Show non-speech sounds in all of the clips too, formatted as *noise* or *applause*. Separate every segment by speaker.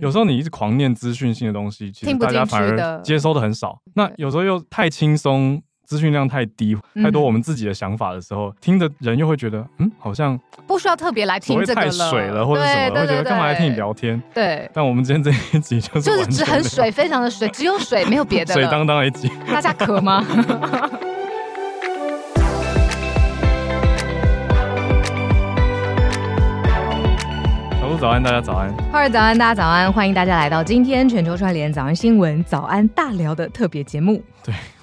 Speaker 1: 有时候你一直狂念资讯性的东西，其实
Speaker 2: 听不
Speaker 1: 大家
Speaker 2: 进
Speaker 1: 反
Speaker 2: 去
Speaker 1: 而
Speaker 2: 的
Speaker 1: 接收的很少。那
Speaker 2: 对
Speaker 1: 有时候又太轻松，资讯量太低，
Speaker 2: 嗯
Speaker 1: 太多我们自己的想法的时候，听的人又会觉得，嗯，好像
Speaker 2: 不需要特别来
Speaker 1: 所
Speaker 2: 听
Speaker 1: 谓
Speaker 2: 这个
Speaker 1: 太水了或者
Speaker 2: 对
Speaker 1: 什么，
Speaker 2: 对
Speaker 1: 会觉
Speaker 2: 对
Speaker 1: 得干嘛来听你
Speaker 2: 对
Speaker 1: 聊天？
Speaker 2: 对，
Speaker 1: 但我们今天这一集就是
Speaker 2: 就是
Speaker 1: 完
Speaker 2: 只
Speaker 1: 全
Speaker 2: 很
Speaker 1: 没有
Speaker 2: 水，非常的水，只有水没有别
Speaker 1: *laughs*
Speaker 2: 的
Speaker 1: 水
Speaker 2: 了。
Speaker 1: 当当的一集。
Speaker 2: 大家
Speaker 1: *laughs*
Speaker 2: 渴吗？
Speaker 1: 小鹿早安，大家早安。
Speaker 2: 二早安，大家早安，欢迎大家来到今天全球串联早安新闻早安大聊的特别节目。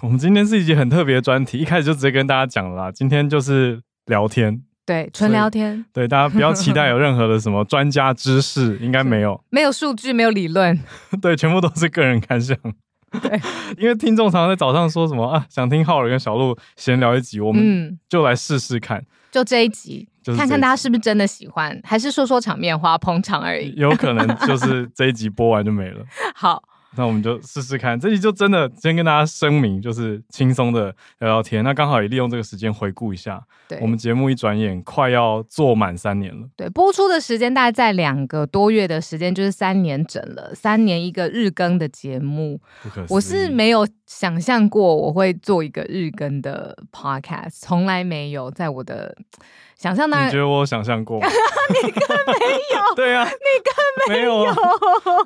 Speaker 1: 我们今天是一集很特别的专题，一开始就直接跟大家讲了啦。今天就是聊天，
Speaker 2: 对，纯聊天，
Speaker 1: 对大家不要期待有任何的什么专家知识，应该没有。
Speaker 2: 没有数据，没有理论。
Speaker 1: *laughs* 对，全部都是个人感想。
Speaker 2: 对，
Speaker 1: *laughs* 因为听众常常在早上说什么啊，想听浩尔跟小鹿闲聊一集，我们
Speaker 2: 嗯，
Speaker 1: 就来试试看，
Speaker 2: 就这一集，
Speaker 1: 就是
Speaker 2: 看看
Speaker 1: 这
Speaker 2: 大
Speaker 1: 一
Speaker 2: 家是不是真的喜欢，还是说说场面话、捧场而
Speaker 1: 集
Speaker 2: 已。
Speaker 1: 有可能就是这一集播完就没了。
Speaker 2: *laughs* 好，
Speaker 1: 那我们就试试看，这集就真的先跟大家声明，就是轻松的聊聊天。那刚好也利用这个时间回顾一下，
Speaker 2: 对，
Speaker 1: 我们节目一转眼快要做满三年了。
Speaker 2: 对播出的时间大概在两个多月的时间，就是三年整了，三年一个日更的节目。
Speaker 1: 不可思议
Speaker 2: 我是没有想象过我会做一个日更的 podcast，从来没有在我的想象当
Speaker 1: 你
Speaker 2: 然
Speaker 1: 觉得我有想象过 *laughs* 吗？你更没有。 *laughs* 对啊，你更没有。没有啊。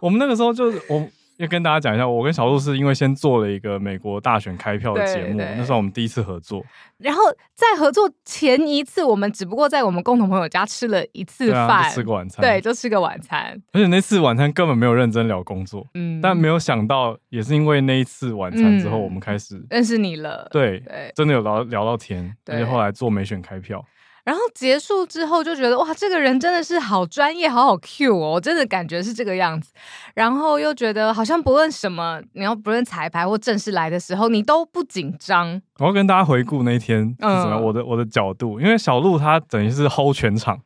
Speaker 1: 我们那个时候就是我。要跟大家讲一下，我跟小鹿是因为先做了一个美国大选开票的节目，
Speaker 2: 对对
Speaker 1: 那时候我们第一次合作，
Speaker 2: 然后在合作前一次，我们只不过在我们共同朋友家吃了一次
Speaker 1: 对啊，
Speaker 2: 饭，
Speaker 1: 就吃个晚餐，
Speaker 2: 对，，就吃个晚餐。
Speaker 1: 而且那次晚餐根本没有认真聊工作，
Speaker 2: 嗯，
Speaker 1: 但没有想到也是因为那一次晚餐之后，
Speaker 2: 嗯
Speaker 1: 我们开始
Speaker 2: 认识你了。
Speaker 1: 对
Speaker 2: 对，
Speaker 1: 真的有聊聊到天，而
Speaker 2: 对
Speaker 1: 且后来做美选开票，
Speaker 2: 然后结束之后就觉得哇，这个人真的是好专业，好好 Q 哦，我真的感觉是这个样子。然后又觉得好像不论什么，你要不论彩排或正式来的时候，你都不紧张。
Speaker 1: 我要跟大家回顾那一天是怎么样，
Speaker 2: 嗯
Speaker 1: 我的我的角度，因为小鹿他等于是 hold 全场，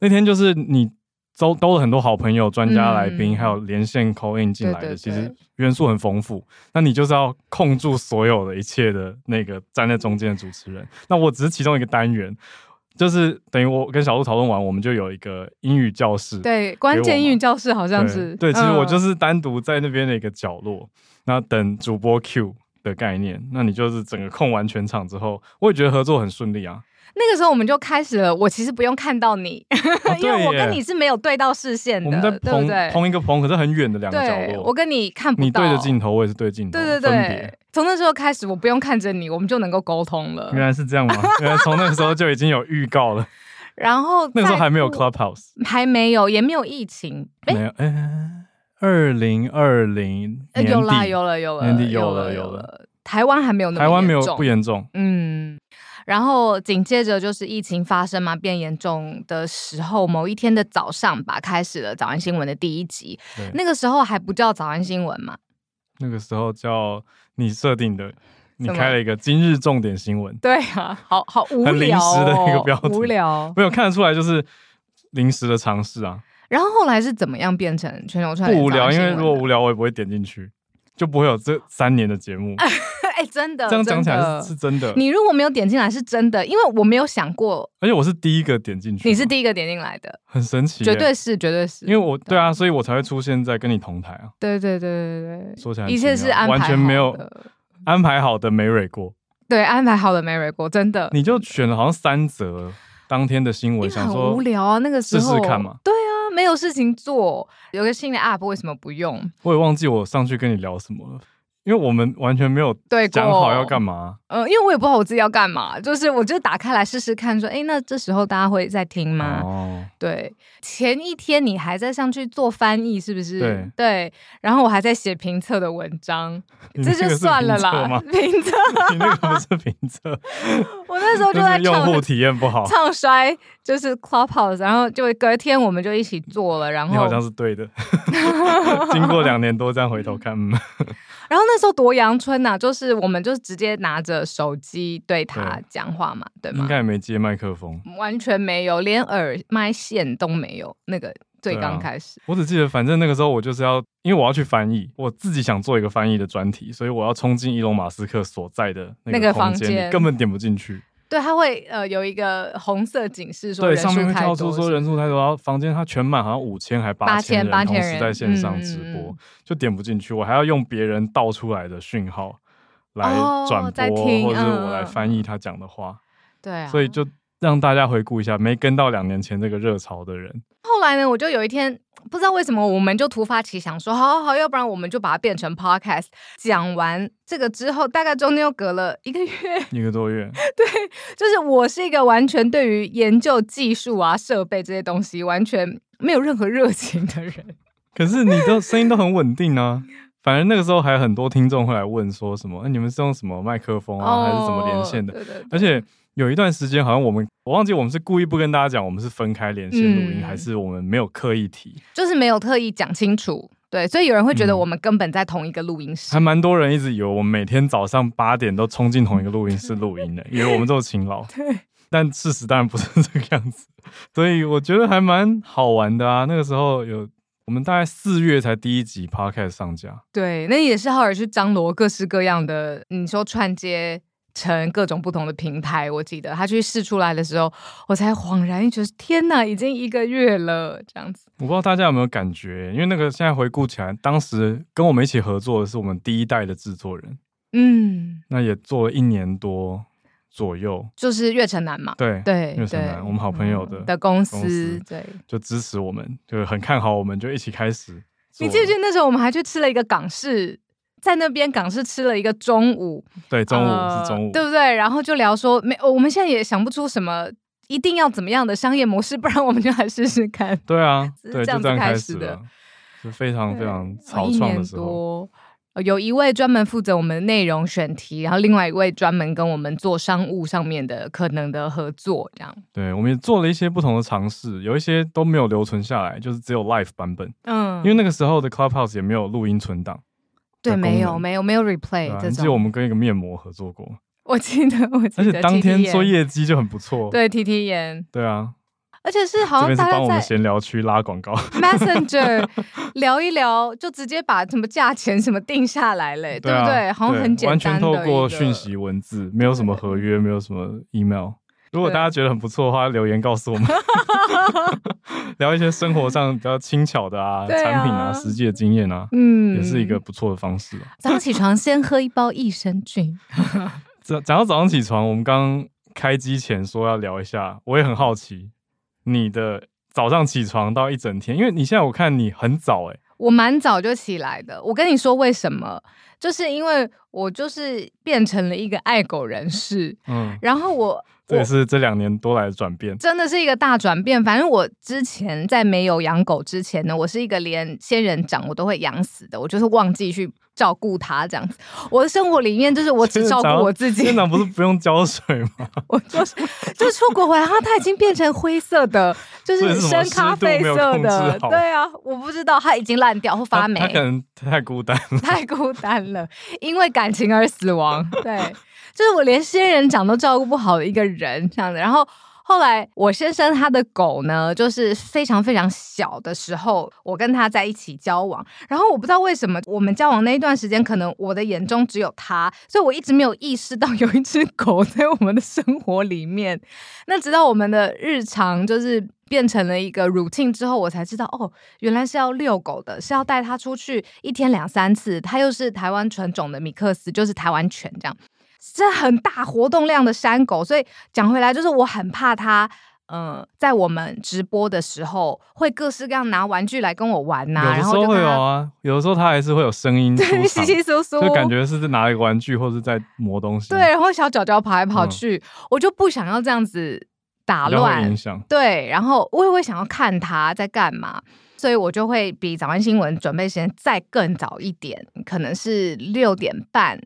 Speaker 1: 那天就是你都都了很多好朋友、专家来宾，
Speaker 2: 嗯
Speaker 1: 还有连线 call in 进来的，
Speaker 2: 对对
Speaker 1: 其
Speaker 2: 对
Speaker 1: 实元素很丰富。那你就是要控住所有的一切的那个站在中间的主持人，那我只是其中一个单元。就是等于我跟小鹿讨论完，我们就有一个英语教室，
Speaker 2: 对，关键英语教室好像
Speaker 1: 对
Speaker 2: 是嗯
Speaker 1: 对，其实我就是是单独在那边的一个角落，那等主播 Q 的概念，那你就是整个控完全场之后，我也觉得合作很顺利
Speaker 2: *laughs*
Speaker 1: 啊。
Speaker 2: 那个时候我们就开始了。我其实不用看到你，
Speaker 1: 啊
Speaker 2: 因为我
Speaker 1: 对耶
Speaker 2: 跟你是没有对到视线的，
Speaker 1: 我们在
Speaker 2: 对不
Speaker 1: 棚
Speaker 2: 对？
Speaker 1: 同一个棚，可是很远的两个角
Speaker 2: 对，我
Speaker 1: 落，
Speaker 2: 跟你看不到，
Speaker 1: 你对着镜头，我也是对镜头，
Speaker 2: 对对
Speaker 1: 分
Speaker 2: 对
Speaker 1: 别。。
Speaker 2: 从那时候开始，我不用看着你，我们就能够沟通了。
Speaker 1: 原来是这样吗？原来从那个时候就已经有预告了，
Speaker 2: 然后
Speaker 1: 那个时候
Speaker 2: 再
Speaker 1: 还没有
Speaker 2: 过 *laughs*
Speaker 1: Clubhouse，
Speaker 2: 还没有，也没有疫情。哎、
Speaker 1: 没有，嗯，二零二零
Speaker 2: 呃
Speaker 1: 年
Speaker 2: 有啦，
Speaker 1: 底，
Speaker 2: 有了，有了，
Speaker 1: 年底有了
Speaker 2: 了，
Speaker 1: 有
Speaker 2: 有
Speaker 1: 了。
Speaker 2: 台湾还没有那么
Speaker 1: 台湾没有
Speaker 2: 严重
Speaker 1: 不严重，
Speaker 2: 嗯。然后紧接着就是疫情发生嘛，变严重的时候，某一天的早上吧，开始了早安新闻的第一集
Speaker 1: 对。
Speaker 2: 那个时候还不叫早安新闻嘛，
Speaker 1: 那个时候叫你设定的，你
Speaker 2: 什么
Speaker 1: 开了一个今日重点新闻。
Speaker 2: 对啊，好好无聊、哦，
Speaker 1: 很临时的一个标题
Speaker 2: 无聊。
Speaker 1: 没有看得出来，就是临时的尝试啊，
Speaker 2: 然后后来是怎么样变成全球串
Speaker 1: 不
Speaker 2: 联
Speaker 1: 无
Speaker 2: 早
Speaker 1: 聊，
Speaker 2: 安
Speaker 1: 因
Speaker 2: 新
Speaker 1: 为
Speaker 2: 闻的
Speaker 1: 如果无聊，我也不会点进去，就不会有这三年的节目。
Speaker 2: *laughs* 哎，真的
Speaker 1: 这样讲起
Speaker 2: 真
Speaker 1: 来
Speaker 2: 的
Speaker 1: 是是真的，
Speaker 2: *laughs* 你如果没有点进来是真的，因为我没有想过
Speaker 1: 而且我是第一个点进去，
Speaker 2: 你是第一个点进来的，
Speaker 1: 很神奇耶，
Speaker 2: 绝对是，绝对是，
Speaker 1: 嗯因为我对啊，所以我才会出现在跟你同台啊。
Speaker 2: 对对对对
Speaker 1: 说起来
Speaker 2: 对，
Speaker 1: 很
Speaker 2: 一切是
Speaker 1: 奇妙
Speaker 2: 安排
Speaker 1: 啊完全没有
Speaker 2: 好的
Speaker 1: 安排好的没蕊过，
Speaker 2: 对安排好的没蕊过，真的，
Speaker 1: 你就选了好像三则当天的新
Speaker 2: 因
Speaker 1: 闻，
Speaker 2: 为
Speaker 1: 想
Speaker 2: 很
Speaker 1: 说
Speaker 2: 无聊啊，那个时
Speaker 1: 试
Speaker 2: 候
Speaker 1: 试看嘛。
Speaker 2: 对啊，没有事情做，有个新的 app 为什么不用？
Speaker 1: 我也忘记我上去跟你聊什么了，因为我们完全没有
Speaker 2: 对过
Speaker 1: 讲好要干嘛。
Speaker 2: 呃，因为我也不知道我自己要干嘛，就是我就打开来试试看，说，哎，那这时候大家会在听吗？
Speaker 1: 哦，
Speaker 2: 对，前一天你还在上去做翻译，是不是？
Speaker 1: 对
Speaker 2: 然后我还在写评测的文章，
Speaker 1: *laughs* 你
Speaker 2: 这
Speaker 1: 那
Speaker 2: 就
Speaker 1: 个是
Speaker 2: 算了
Speaker 1: 评测
Speaker 2: 啦
Speaker 1: 吗。 *laughs*
Speaker 2: 评测，
Speaker 1: 你那个不是评测，
Speaker 2: 我那
Speaker 1: *laughs*
Speaker 2: 时候就
Speaker 1: 那
Speaker 2: 在
Speaker 1: 是用
Speaker 2: 唱
Speaker 1: 户体验不好。
Speaker 2: 唱衰就是 Clubhouse，然后就隔天我们就一起做了，然
Speaker 1: 你
Speaker 2: 后
Speaker 1: 好像是对的。 *laughs* 经过两年多这样回头看，嗯
Speaker 2: 然后那时候夺阳春呐、就是我们就直接拿着手机对他讲话嘛，对
Speaker 1: 应
Speaker 2: 吗
Speaker 1: 该？也没接麦克风。
Speaker 2: 完全没有，连耳麦线都没有，那个最
Speaker 1: 对啊
Speaker 2: 刚开始。
Speaker 1: 我只记得，反正那个时候我就是要，因为我要去翻译，我自己想做一个翻译的专题，所以我要冲进伊隆马斯克所在的那
Speaker 2: 那个
Speaker 1: 空
Speaker 2: 房
Speaker 1: 间，
Speaker 2: 间
Speaker 1: 你根本点不进去。
Speaker 2: 对对，它会呃有一个红色警示说
Speaker 1: 对，
Speaker 2: 人数
Speaker 1: 上面会
Speaker 2: 太
Speaker 1: 跳出
Speaker 2: 多，
Speaker 1: 说人数太多，然后房间它全满，好像五千还八人
Speaker 2: 8000
Speaker 1: 同时在线上
Speaker 2: 嗯
Speaker 1: 直播，
Speaker 2: 嗯嗯
Speaker 1: 就点不进去，我还要用别人倒出来的讯号来
Speaker 2: 哦
Speaker 1: 转播，
Speaker 2: 在听
Speaker 1: 或者是
Speaker 2: 嗯
Speaker 1: 我来
Speaker 2: 嗯
Speaker 1: 翻译他讲的话，
Speaker 2: 对啊，
Speaker 1: 所以就让大家回顾一下没跟到两年前这个热潮的人，
Speaker 2: 后来呢，我就有一天不知道为什么，我们就突发奇想说，好好好，要不然我们就把它变成 podcast。讲完这个之后，大概中间又隔了一个月，
Speaker 1: 一个多月，
Speaker 2: 就是我是一个完全对于研究技术啊、设备这些东西完全没有任何热情的
Speaker 1: *laughs*
Speaker 2: 人。
Speaker 1: 可是你的声音都很稳定啊。反正那个时候还有很多听众会来问说什么，哎那、你们是用什么麦克风啊，还是怎么连线的？
Speaker 2: 哦对对对
Speaker 1: 而且有一段时间，好像我们我忘记我们是故意不跟大家讲，我们是分开连线录音，
Speaker 2: 嗯
Speaker 1: 还是我们没有刻意提？
Speaker 2: 就是没有特意讲清楚。对，所以有人会觉得
Speaker 1: 嗯
Speaker 2: 我们根本在同一个录音室。
Speaker 1: 还蛮多人一直以为我们每天早上八点都冲进同一个录音室录音的，以为我们这么勤劳。
Speaker 2: *laughs* 对，
Speaker 1: 但事实当然不是这个样子，所以我觉得还蛮好玩的啊。那个时候有我们大概四月才第一集 podcast 上架，
Speaker 2: 对，那也是浩尔去张罗各式各样的，你说串接成各种不同的平台。我记得他去试出来的时候，我才恍然一觉，天哪，已经一个月了，这样子。
Speaker 1: 我不知道大家有没有感觉，因为那个现在回顾起来，当时跟我们一起合作的是我们第一代的制作人，
Speaker 2: 嗯，
Speaker 1: 那也做了一年多左右。
Speaker 2: 就是岳城南嘛，
Speaker 1: 对，
Speaker 2: 对
Speaker 1: 岳
Speaker 2: 对
Speaker 1: 城南我们好朋友的
Speaker 2: 的公司，
Speaker 1: 公司
Speaker 2: 对。
Speaker 1: 就支持我们，就是很看好我们，就一起开始做。
Speaker 2: 你记不记得那时候我们还去吃了一个港式，在那边港式吃了一个中午，
Speaker 1: 对，中午、
Speaker 2: 呃
Speaker 1: 是中午，
Speaker 2: 对不对？然后就聊说，没，我们现在也想不出什么一定要怎么样的商业模式，不然我们就来试试看。
Speaker 1: 对 *laughs* 啊，
Speaker 2: 哎是
Speaker 1: 对，
Speaker 2: 这
Speaker 1: 就
Speaker 2: 样
Speaker 1: 这样
Speaker 2: 子开
Speaker 1: 开
Speaker 2: 始
Speaker 1: 始
Speaker 2: 的
Speaker 1: 了，是非常非
Speaker 2: 对
Speaker 1: 常
Speaker 2: 哦
Speaker 1: 草
Speaker 2: 一
Speaker 1: 创的
Speaker 2: 年
Speaker 1: 时候。
Speaker 2: 多呃有一位专门负责我们内容选题，然后另外一位专门跟我们做商务上面的可能的合作，这样。
Speaker 1: 对，我们也做了一些不同的尝试，有一些都没有留存下来，就是只有 live 版本，
Speaker 2: 嗯
Speaker 1: 因为那个时候的 Clubhouse 也没有录音存档。
Speaker 2: 对，
Speaker 1: 功
Speaker 2: 没有
Speaker 1: 能
Speaker 2: 没有没有
Speaker 1: 对
Speaker 2: replay
Speaker 1: 啊，
Speaker 2: 这
Speaker 1: 你记得我
Speaker 2: 种。
Speaker 1: 们跟一个面膜合作过，
Speaker 2: 我记得，我记
Speaker 1: 而
Speaker 2: 得。
Speaker 1: 且当天做
Speaker 2: 所以
Speaker 1: 业绩就很不错。
Speaker 2: 对 T T 言，
Speaker 1: 对啊，
Speaker 2: 而且是好
Speaker 1: 这边
Speaker 2: 像
Speaker 1: 是
Speaker 2: 大
Speaker 1: 帮我
Speaker 2: 概
Speaker 1: 们
Speaker 2: 在
Speaker 1: 闲聊区拉广告。
Speaker 2: *laughs* Messenger 聊一聊，就直接把什么价钱什么定下来嘞，对
Speaker 1: 啊
Speaker 2: 不对？好像很简单
Speaker 1: 完全透
Speaker 2: 的
Speaker 1: 过
Speaker 2: 一个
Speaker 1: 讯息文字，没有什么合约，没有什么 email。如果
Speaker 2: 对
Speaker 1: 大家觉得很不错的话，留言告诉我
Speaker 2: *laughs*
Speaker 1: 们，聊一些生活上比较轻巧的啊，
Speaker 2: 对啊
Speaker 1: 产品啊，实际的经验啊，
Speaker 2: 嗯，
Speaker 1: 也是一个不错的方式、啊。
Speaker 2: 早上起床先喝一包益生菌。 *laughs*
Speaker 1: 讲讲到早上起床，我们刚开机前说要聊一下，我也很好奇你的早上起床到一整天，因为你现在我看你很早哎、
Speaker 2: 我蛮早就起来的。我跟你说为什么？就是因为我就是变成了一个爱狗人士，
Speaker 1: 嗯，
Speaker 2: 然后我
Speaker 1: 这也是这两年多来的转变。
Speaker 2: 真的是一个大转变。反正我之前在没有养狗之前呢，我是一个连仙人掌我都会养死的，我就是忘记去照顾它这样子。我的生活里面就是
Speaker 1: *laughs*
Speaker 2: 我只照顾我自己
Speaker 1: 现，场不是不用浇水吗？
Speaker 2: 我就是 *laughs* 就出国回来，它它已经变成灰色的，就
Speaker 1: 所以
Speaker 2: 是
Speaker 1: 是什么
Speaker 2: 深咖啡
Speaker 1: 湿
Speaker 2: 色
Speaker 1: 度没有控
Speaker 2: 的
Speaker 1: 制。好
Speaker 2: 对啊，我不知道它已经烂掉或发霉
Speaker 1: 他，他可能太孤单了。
Speaker 2: *laughs* 太孤单了，因为感情而
Speaker 1: *laughs*
Speaker 2: 死亡。对，就是我连仙人掌都照顾不好的一个人这样子。然后后来我先生他的狗呢，就是非常非常小的时候，我跟他在一起交往。然后我不知道为什么，我们交往那一段时间，可能我的眼中只有他，所以我一直没有意识到有一只狗在我们的生活里面。那直到我们的日常就是变成了一个 routine 之后，我才知道哦，原来是要遛狗的，是要带它出去一天两三次。它又是台湾纯种的米克斯，就是台湾犬这样，这很大活动量的山狗。所以讲回来，就是我很怕它。呃，在我们直播的时候，会各式各样拿玩具来跟我玩呐、
Speaker 1: 有的
Speaker 2: 然
Speaker 1: 时
Speaker 2: 后
Speaker 1: 候
Speaker 2: 就
Speaker 1: 会
Speaker 2: 跟
Speaker 1: 有
Speaker 2: 它
Speaker 1: 啊，有的时候他还是会有声音出
Speaker 2: 对，稀
Speaker 1: 场，
Speaker 2: 稀疏疏，
Speaker 1: 就感觉是拿一个玩具或是在磨东西，
Speaker 2: 对，，然后小脚脚跑来跑
Speaker 1: 嗯
Speaker 2: 去，我就不想要这样子打
Speaker 1: 比较会
Speaker 2: 乱
Speaker 1: 影，响。
Speaker 2: 对，然后我也会想要看他在干嘛，所以我就会比早安新闻准备时间再更早一点，可能是六点半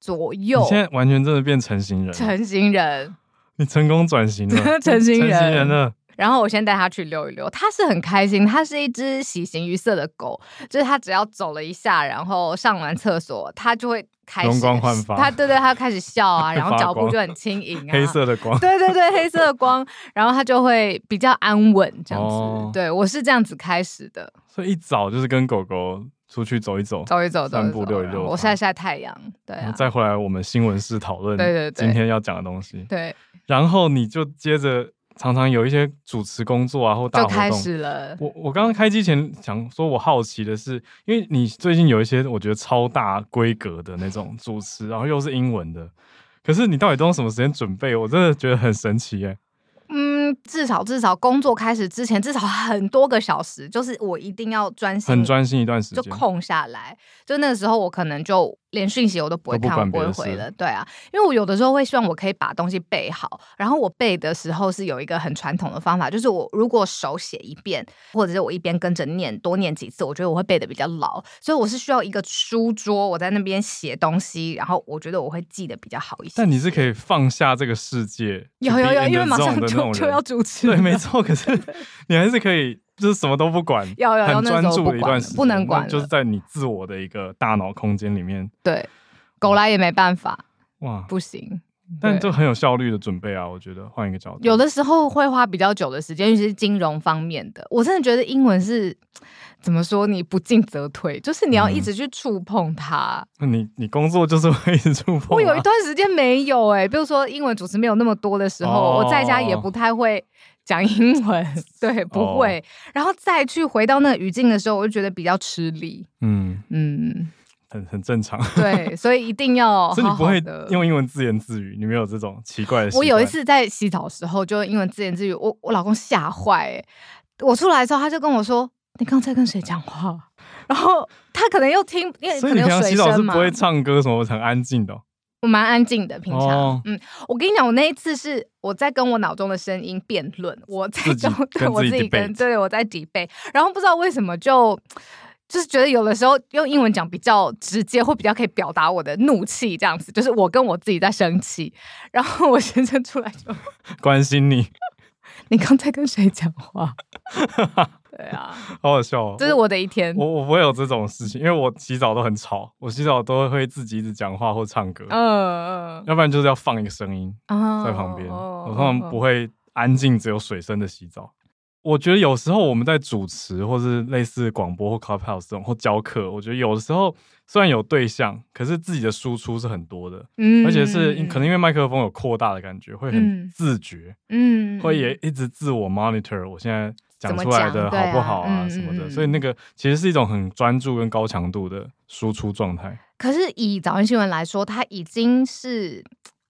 Speaker 2: 左右
Speaker 1: 你。现在完全真的变成型人了，
Speaker 2: 成型人，
Speaker 1: 你成功转型了，
Speaker 2: *laughs* 成型
Speaker 1: 成
Speaker 2: 人
Speaker 1: 型人了。
Speaker 2: 然后我先带它去溜一溜，它是很开心，它是一只喜形于色的狗，就是它只要走了一下，然后上完厕所，它就会开始
Speaker 1: 容光焕发
Speaker 2: 它对对，它开始
Speaker 1: *laughs*
Speaker 2: 笑啊，然后
Speaker 1: 发
Speaker 2: 脚步
Speaker 1: 光
Speaker 2: 就很轻盈
Speaker 1: *laughs*
Speaker 2: 啊，
Speaker 1: 黑色的光，
Speaker 2: 对对对，黑色的光，
Speaker 1: *laughs*
Speaker 2: 然后它就会比较安稳这样子。
Speaker 1: 哦
Speaker 2: 对我是这样子开始的，
Speaker 1: 所以一早就是跟狗狗出去走一走，
Speaker 2: 走一走，走
Speaker 1: 散
Speaker 2: 一
Speaker 1: 步
Speaker 2: 走，
Speaker 1: 遛一遛哦
Speaker 2: 然后我
Speaker 1: 它
Speaker 2: 晒晒太阳，对
Speaker 1: 然
Speaker 2: 啊
Speaker 1: 后，再回来我们新闻室讨论
Speaker 2: 对对对
Speaker 1: 今天要讲的东西。
Speaker 2: 对。
Speaker 1: 然后你就接着常常有一些主持工作啊或大
Speaker 2: 就
Speaker 1: 活
Speaker 2: 开
Speaker 1: 动。
Speaker 2: 始了。
Speaker 1: 我我刚刚开机前想说，我好奇的是，因为你最近有一些我觉得超大规格的那种主持，然后又是英文的，可是你到底都用什么时间准备？我真的觉得很神奇耶、
Speaker 2: 嗯，至少至少工作开始之前，至少很多个小时，就是我一定要专心，
Speaker 1: 很专心一段时
Speaker 2: 呃就
Speaker 1: 间。
Speaker 2: 空下来。就那个时候，我可能就连讯息我都不会
Speaker 1: 都不
Speaker 2: 看，
Speaker 1: 管
Speaker 2: 我不
Speaker 1: 别
Speaker 2: 会
Speaker 1: 的
Speaker 2: 回
Speaker 1: 事
Speaker 2: 了。对啊，因为我有的时候会希望我可以把东西背好，然后我背的时候是有一个很传统的方法，就是我如果手写一遍，或者是我一边跟着念多念几次，我觉得我会背的比较牢。所以我是需要一个书桌，我在那边写东西，然后我觉得我会记得比较好一些。
Speaker 1: 但你是可以放下这个世界，
Speaker 2: 有有
Speaker 1: to be
Speaker 2: 有，
Speaker 1: in
Speaker 2: 因为
Speaker 1: the
Speaker 2: 马
Speaker 1: zone
Speaker 2: 上
Speaker 1: 的那
Speaker 2: 就
Speaker 1: 种
Speaker 2: 就
Speaker 1: 人
Speaker 2: 要主持了，
Speaker 1: 对，没
Speaker 2: *laughs*
Speaker 1: 错。可是你还是可以，就是什么都不管，
Speaker 2: 有有有
Speaker 1: 很
Speaker 2: 那时候
Speaker 1: 专注的一段时间，
Speaker 2: 不管了不能
Speaker 1: 那
Speaker 2: 管了
Speaker 1: 就是哦在你自我的一个大脑空间里面，
Speaker 2: 对，狗来也没办法，
Speaker 1: 哇！
Speaker 2: 不行。
Speaker 1: 但
Speaker 2: 对
Speaker 1: 就很有效率的准备啊，我觉得换一个角度，
Speaker 2: 有的时候会花比较久的时间，尤其是金融方面的。我真的觉得英文是怎么说，你不进则退，就是你要
Speaker 1: 嗯
Speaker 2: 一直去触碰它。
Speaker 1: 那你你工作就是会一直触碰、啊，
Speaker 2: 我有一段时间没有哎、比如说英文主持没有那么多的时候，
Speaker 1: 哦哦
Speaker 2: 我在家也不太会。讲英文， *laughs* 对，不会。然后再去回到那个语境的时候，我就觉得比较吃力。
Speaker 1: 嗯，
Speaker 2: 嗯，
Speaker 1: 很很正常，
Speaker 2: 对，所以一定
Speaker 1: *laughs*
Speaker 2: 要
Speaker 1: 所以你不会
Speaker 2: 哦好好地
Speaker 1: 用英文自言自语，你没有这种奇怪的习
Speaker 2: 我
Speaker 1: 惯。
Speaker 2: 有一次在洗澡的时候，就英文自言自语，我我老公吓坏、欸，我出来的时候他就跟我说：“你刚才跟谁讲话？” *laughs* 然后他可能又听，因为
Speaker 1: 所
Speaker 2: 可
Speaker 1: 以你平
Speaker 2: 能有
Speaker 1: 常
Speaker 2: 水
Speaker 1: 洗澡是
Speaker 2: 声
Speaker 1: 不
Speaker 2: 嘛。
Speaker 1: 会唱歌什么，很安静的哦、
Speaker 2: 我蛮安静的，平常，
Speaker 1: 哦
Speaker 2: 嗯，我跟你讲，我那一次是我在跟我脑中的声音辩论，我在
Speaker 1: 自己
Speaker 2: 跟我
Speaker 1: 跟
Speaker 2: 我
Speaker 1: 自己
Speaker 2: 自己跟
Speaker 1: debate
Speaker 2: 对我在 debate，然后不知道为什么就。就是觉得有的时候用英文讲比较直接，会比较可以表达我的怒气，这样子。就是我跟我自己在生气，然后我先生出来就
Speaker 1: 关心你， *laughs*
Speaker 2: 你刚才跟谁讲话？对啊，
Speaker 1: 好好笑、哦。
Speaker 2: 这是我的一天。
Speaker 1: 我我不会有这种事情，因为我洗澡都很吵，我洗澡都会自己一直讲话或唱歌，
Speaker 2: 嗯嗯
Speaker 1: 要不然就是要放一个声音
Speaker 2: 嗯，
Speaker 1: 在旁边。
Speaker 2: 哦
Speaker 1: 我通常不。会安静只有水声的洗澡。我觉得有时候我们在主持或是类似广播或 clubhouse 这种或教课，我觉得有的时候虽然有对象，可是自己的输出是很多的，
Speaker 2: 嗯
Speaker 1: 而且是可能因为麦克风有扩大的感觉，会很
Speaker 2: 嗯
Speaker 1: 自觉，
Speaker 2: 嗯
Speaker 1: 会也一直自我 monitor 我现在讲
Speaker 2: 怎么
Speaker 1: 出来的
Speaker 2: 讲对啊
Speaker 1: 好不好
Speaker 2: 嗯
Speaker 1: 啊什么的，
Speaker 2: 嗯嗯
Speaker 1: 所以那个其实是一种很专注跟高强度的输出状态。
Speaker 2: 可是以早安新闻来说，它已经是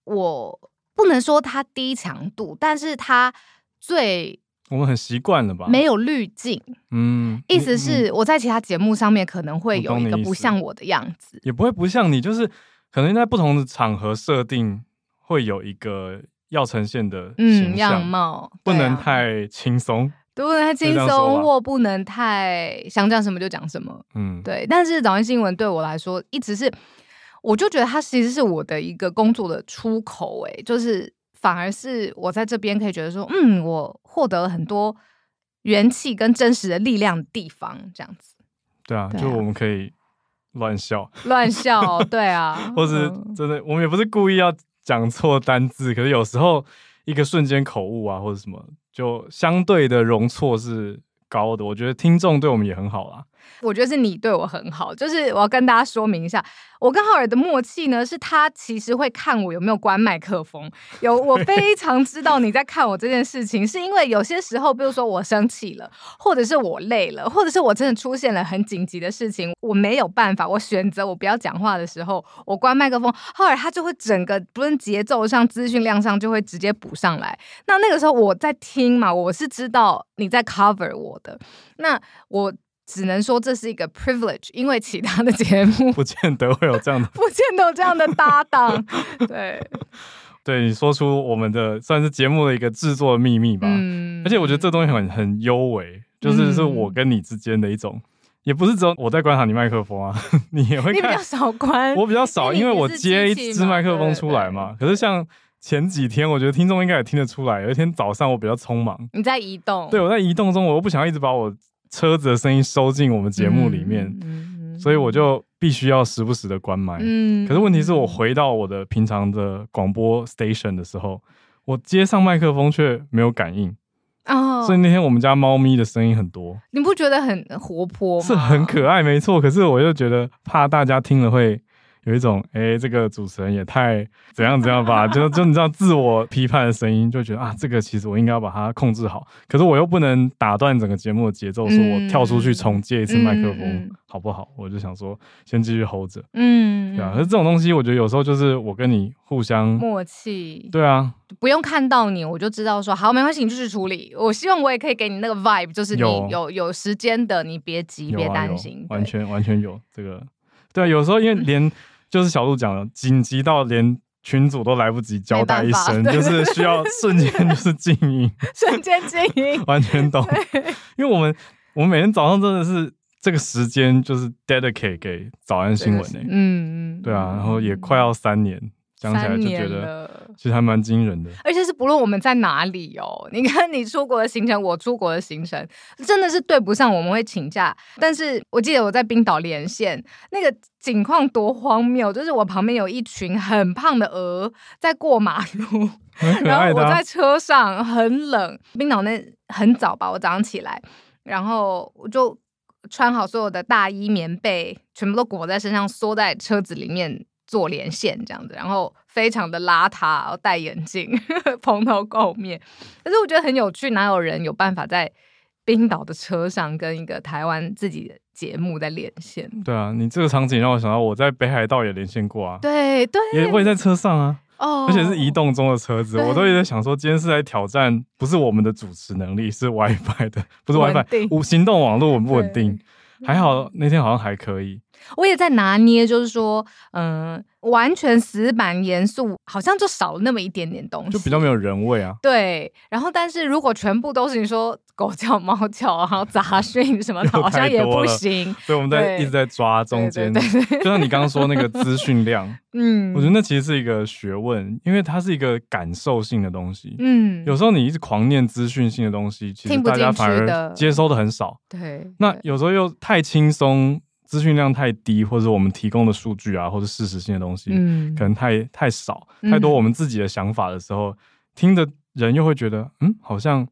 Speaker 2: 我不能说它低强度，但是它最
Speaker 1: 我们很习惯了吧？
Speaker 2: 没，有滤镜。
Speaker 1: 啊嗯，
Speaker 2: 意思
Speaker 1: 你你
Speaker 2: 是我在其他节目上面可能会
Speaker 1: 我
Speaker 2: 有
Speaker 1: 懂
Speaker 2: 一
Speaker 1: 你
Speaker 2: 个
Speaker 1: 意
Speaker 2: 不
Speaker 1: 思
Speaker 2: 像我的样子。
Speaker 1: 也不会不像你，就是可能在不同的场合设定会有一个要呈现的
Speaker 2: 嗯，
Speaker 1: 形
Speaker 2: 样
Speaker 1: 象，
Speaker 2: 貌
Speaker 1: 不
Speaker 2: 对
Speaker 1: 能
Speaker 2: 啊
Speaker 1: 太轻松。
Speaker 2: 不能太
Speaker 1: 以
Speaker 2: 轻
Speaker 1: 这样说
Speaker 2: 松，
Speaker 1: 吧
Speaker 2: 或不能太想讲什么就讲什么。
Speaker 1: 嗯，
Speaker 2: 对，但是早安新闻对我来说，一直是，我就觉得它其实是我的一个工作的出口、欸，就是反而是我在这边可以觉得说，嗯，我获得了很多元气跟真实的力量的地方，这样子。
Speaker 1: 对啊，
Speaker 2: 对啊
Speaker 1: 就我们可以乱笑，，
Speaker 2: 乱笑哦，对啊
Speaker 1: 或是
Speaker 2: 嗯
Speaker 1: 真的，我们也不是故意要讲错单字，可是有时候一个瞬间口误啊，或者什么，就相对的容错是高的。我觉得听众对我们也很好啦。
Speaker 2: 我觉得是你对我很好，就是我要跟大家说明一下，我跟浩尔的默契呢，是他其实会看我有没有关麦克风，有我非常知道你在看我这件事情，是因为有些时候，比如说我生气了，或者是我累了，或者是我真的出现了很紧急的事情，我没有办法，我选择我不要讲话的时候，我关麦克风，浩尔他就会整个不论节奏上、资讯量上就会直接补上来。那那个时候我在听嘛，我是知道你在 cover 我的，那我只能说这是一个 privilege，因为其他的节目
Speaker 1: 不见得会有这样的。 *laughs*
Speaker 2: *laughs* 不见得有这样的搭档。对，
Speaker 1: 对你说出我们的算是节目的一个制作秘密吧。
Speaker 2: 嗯
Speaker 1: 而且我觉得这东西很很优美，就是是我跟你之间的一种，也不是只有我在观察你麦克风啊， *laughs* 你也会
Speaker 2: 你比较
Speaker 1: 看。
Speaker 2: 少关，
Speaker 1: 我比较少，
Speaker 2: 因
Speaker 1: 因
Speaker 2: 为
Speaker 1: 为
Speaker 2: 你
Speaker 1: 我
Speaker 2: 是
Speaker 1: 接一
Speaker 2: 机器
Speaker 1: 支
Speaker 2: 嘛
Speaker 1: 麦克
Speaker 2: 对
Speaker 1: 风
Speaker 2: 对
Speaker 1: 出来嘛。可是像前几天，我觉得听众应该也听得出来，有一天早上我比较匆忙，
Speaker 2: 你在移动，
Speaker 1: 对我在移动中，我又不想要一直把我车子的声音收进我们节目里面，
Speaker 2: 嗯，嗯
Speaker 1: 所以我就必须要时不时的关麦。
Speaker 2: 嗯
Speaker 1: 可是问题是我
Speaker 2: 嗯
Speaker 1: 回到我的平常的广播 station 的时候，我接上麦克风却没有感应，所以
Speaker 2: 哦，
Speaker 1: 那天我们家猫咪的声音很多，
Speaker 2: 你不觉得很活泼吗？
Speaker 1: 是很可爱，没错。可是我又觉得怕大家听了会有一种哎、诶这个主持人也太怎样怎样
Speaker 2: *laughs*
Speaker 1: 吧，就就你知道自我批判的声音，就觉得啊，这个其实我应该要把它控制好，可是我又不能打断整个节目的节奏，说我跳出去重接一次麦克风、
Speaker 2: 嗯嗯
Speaker 1: 好不好？我就想说先继续 hold 着，
Speaker 2: 嗯，
Speaker 1: 对啊。可是这种东西，我觉得有时候就是我跟你互相，
Speaker 2: 默契，
Speaker 1: 对啊，
Speaker 2: 不用看到你，我就知道说好，没关系，你继续处理。我希望我也可以给你那个 vibe，就是你
Speaker 1: 有
Speaker 2: 有有时间的，你别急，
Speaker 1: 有
Speaker 2: 别
Speaker 1: 啊
Speaker 2: 担
Speaker 1: 有
Speaker 2: 心，
Speaker 1: 完
Speaker 2: 对嗯
Speaker 1: 全完全有这个。对啊，有时候因为连就是小鹿讲了，紧急到连群主都来不及交代一声，
Speaker 2: 没办法
Speaker 1: 就
Speaker 2: 对
Speaker 1: 是需要瞬间就是静音，
Speaker 2: 瞬间经营。
Speaker 1: 完全懂。因为我们我们每天早上真的是这个时间就是 dedicate 给早安 *laughs* 新闻
Speaker 2: 真的
Speaker 1: 诶、
Speaker 2: 是嗯嗯，
Speaker 1: 对啊，然后也快要三年，想起来
Speaker 2: 三
Speaker 1: 就觉
Speaker 2: 年
Speaker 1: 得
Speaker 2: 了。
Speaker 1: 其实还蛮惊
Speaker 2: *laughs*
Speaker 1: 人的。
Speaker 2: 而且是不论我们在哪里哦，你看你出国的行程，我出国的行程，真的是对不上，我们会请假。但是我记得我在冰岛连线，那个景况多荒谬，就是我旁边有一群很胖的鹅在过马路，
Speaker 1: 很可
Speaker 2: *laughs* 然
Speaker 1: 爱
Speaker 2: 后
Speaker 1: 的、
Speaker 2: 我
Speaker 1: 啊
Speaker 2: 在，车上很冷，冰岛那很早吧，我早上起来，然后我就穿好所有的大衣、棉被，全部都裹在身上，缩在车子里面做连线这样子，然后非常的邋遢，然后戴眼镜， *laughs* 蓬头垢面。可是我觉得很有趣，哪有人有办法在冰岛的车上跟一个台湾自己的节目在连线？
Speaker 1: 对啊，你这个场景让我想到我在北海道也连线过啊，
Speaker 2: 对对，
Speaker 1: 也我也在车上啊。
Speaker 2: 哦，
Speaker 1: 而且是移动中的车子，
Speaker 2: 对
Speaker 1: 我都一直在想说，今天是在挑战，不是我们的主持能力，是 *laughs* WiFi 的，不是
Speaker 2: 稳
Speaker 1: WiFi，
Speaker 2: 定
Speaker 1: 无行动网络稳不稳定？
Speaker 2: 对
Speaker 1: 还好那天好像还可以，
Speaker 2: 我也在拿捏，就是说，嗯、完全死板严肃，好像就少了那么一点点东西，
Speaker 1: 就比较没有人味啊。
Speaker 2: 对。然后，但是如果全部都是你说狗叫、猫叫，啊然后杂讯什么的，
Speaker 1: *laughs* 又
Speaker 2: 嗯好像
Speaker 1: 太
Speaker 2: 也
Speaker 1: 多
Speaker 2: 不
Speaker 1: 了
Speaker 2: 行。
Speaker 1: 所以我们在
Speaker 2: 对
Speaker 1: 一直在抓中间，
Speaker 2: 对对对
Speaker 1: *laughs* 就像你刚刚说那个资讯量，
Speaker 2: *laughs* 嗯，
Speaker 1: 我觉得那其实是一个学问，因为它是一个感受性的东西。
Speaker 2: 嗯，
Speaker 1: 有时候你一直狂念资讯性的东西，其实
Speaker 2: 听不
Speaker 1: 大家
Speaker 2: 进去
Speaker 1: 反而
Speaker 2: 的
Speaker 1: 接收的很少。
Speaker 2: 对，
Speaker 1: 那
Speaker 2: 对
Speaker 1: 有时候又太轻松，资讯量太低，或者我们提供的数据啊，或者事实性的东西，
Speaker 2: 嗯
Speaker 1: 可能太太少，
Speaker 2: 嗯
Speaker 1: 太多我们自己的想法的时候，听的人又会觉得，嗯，好像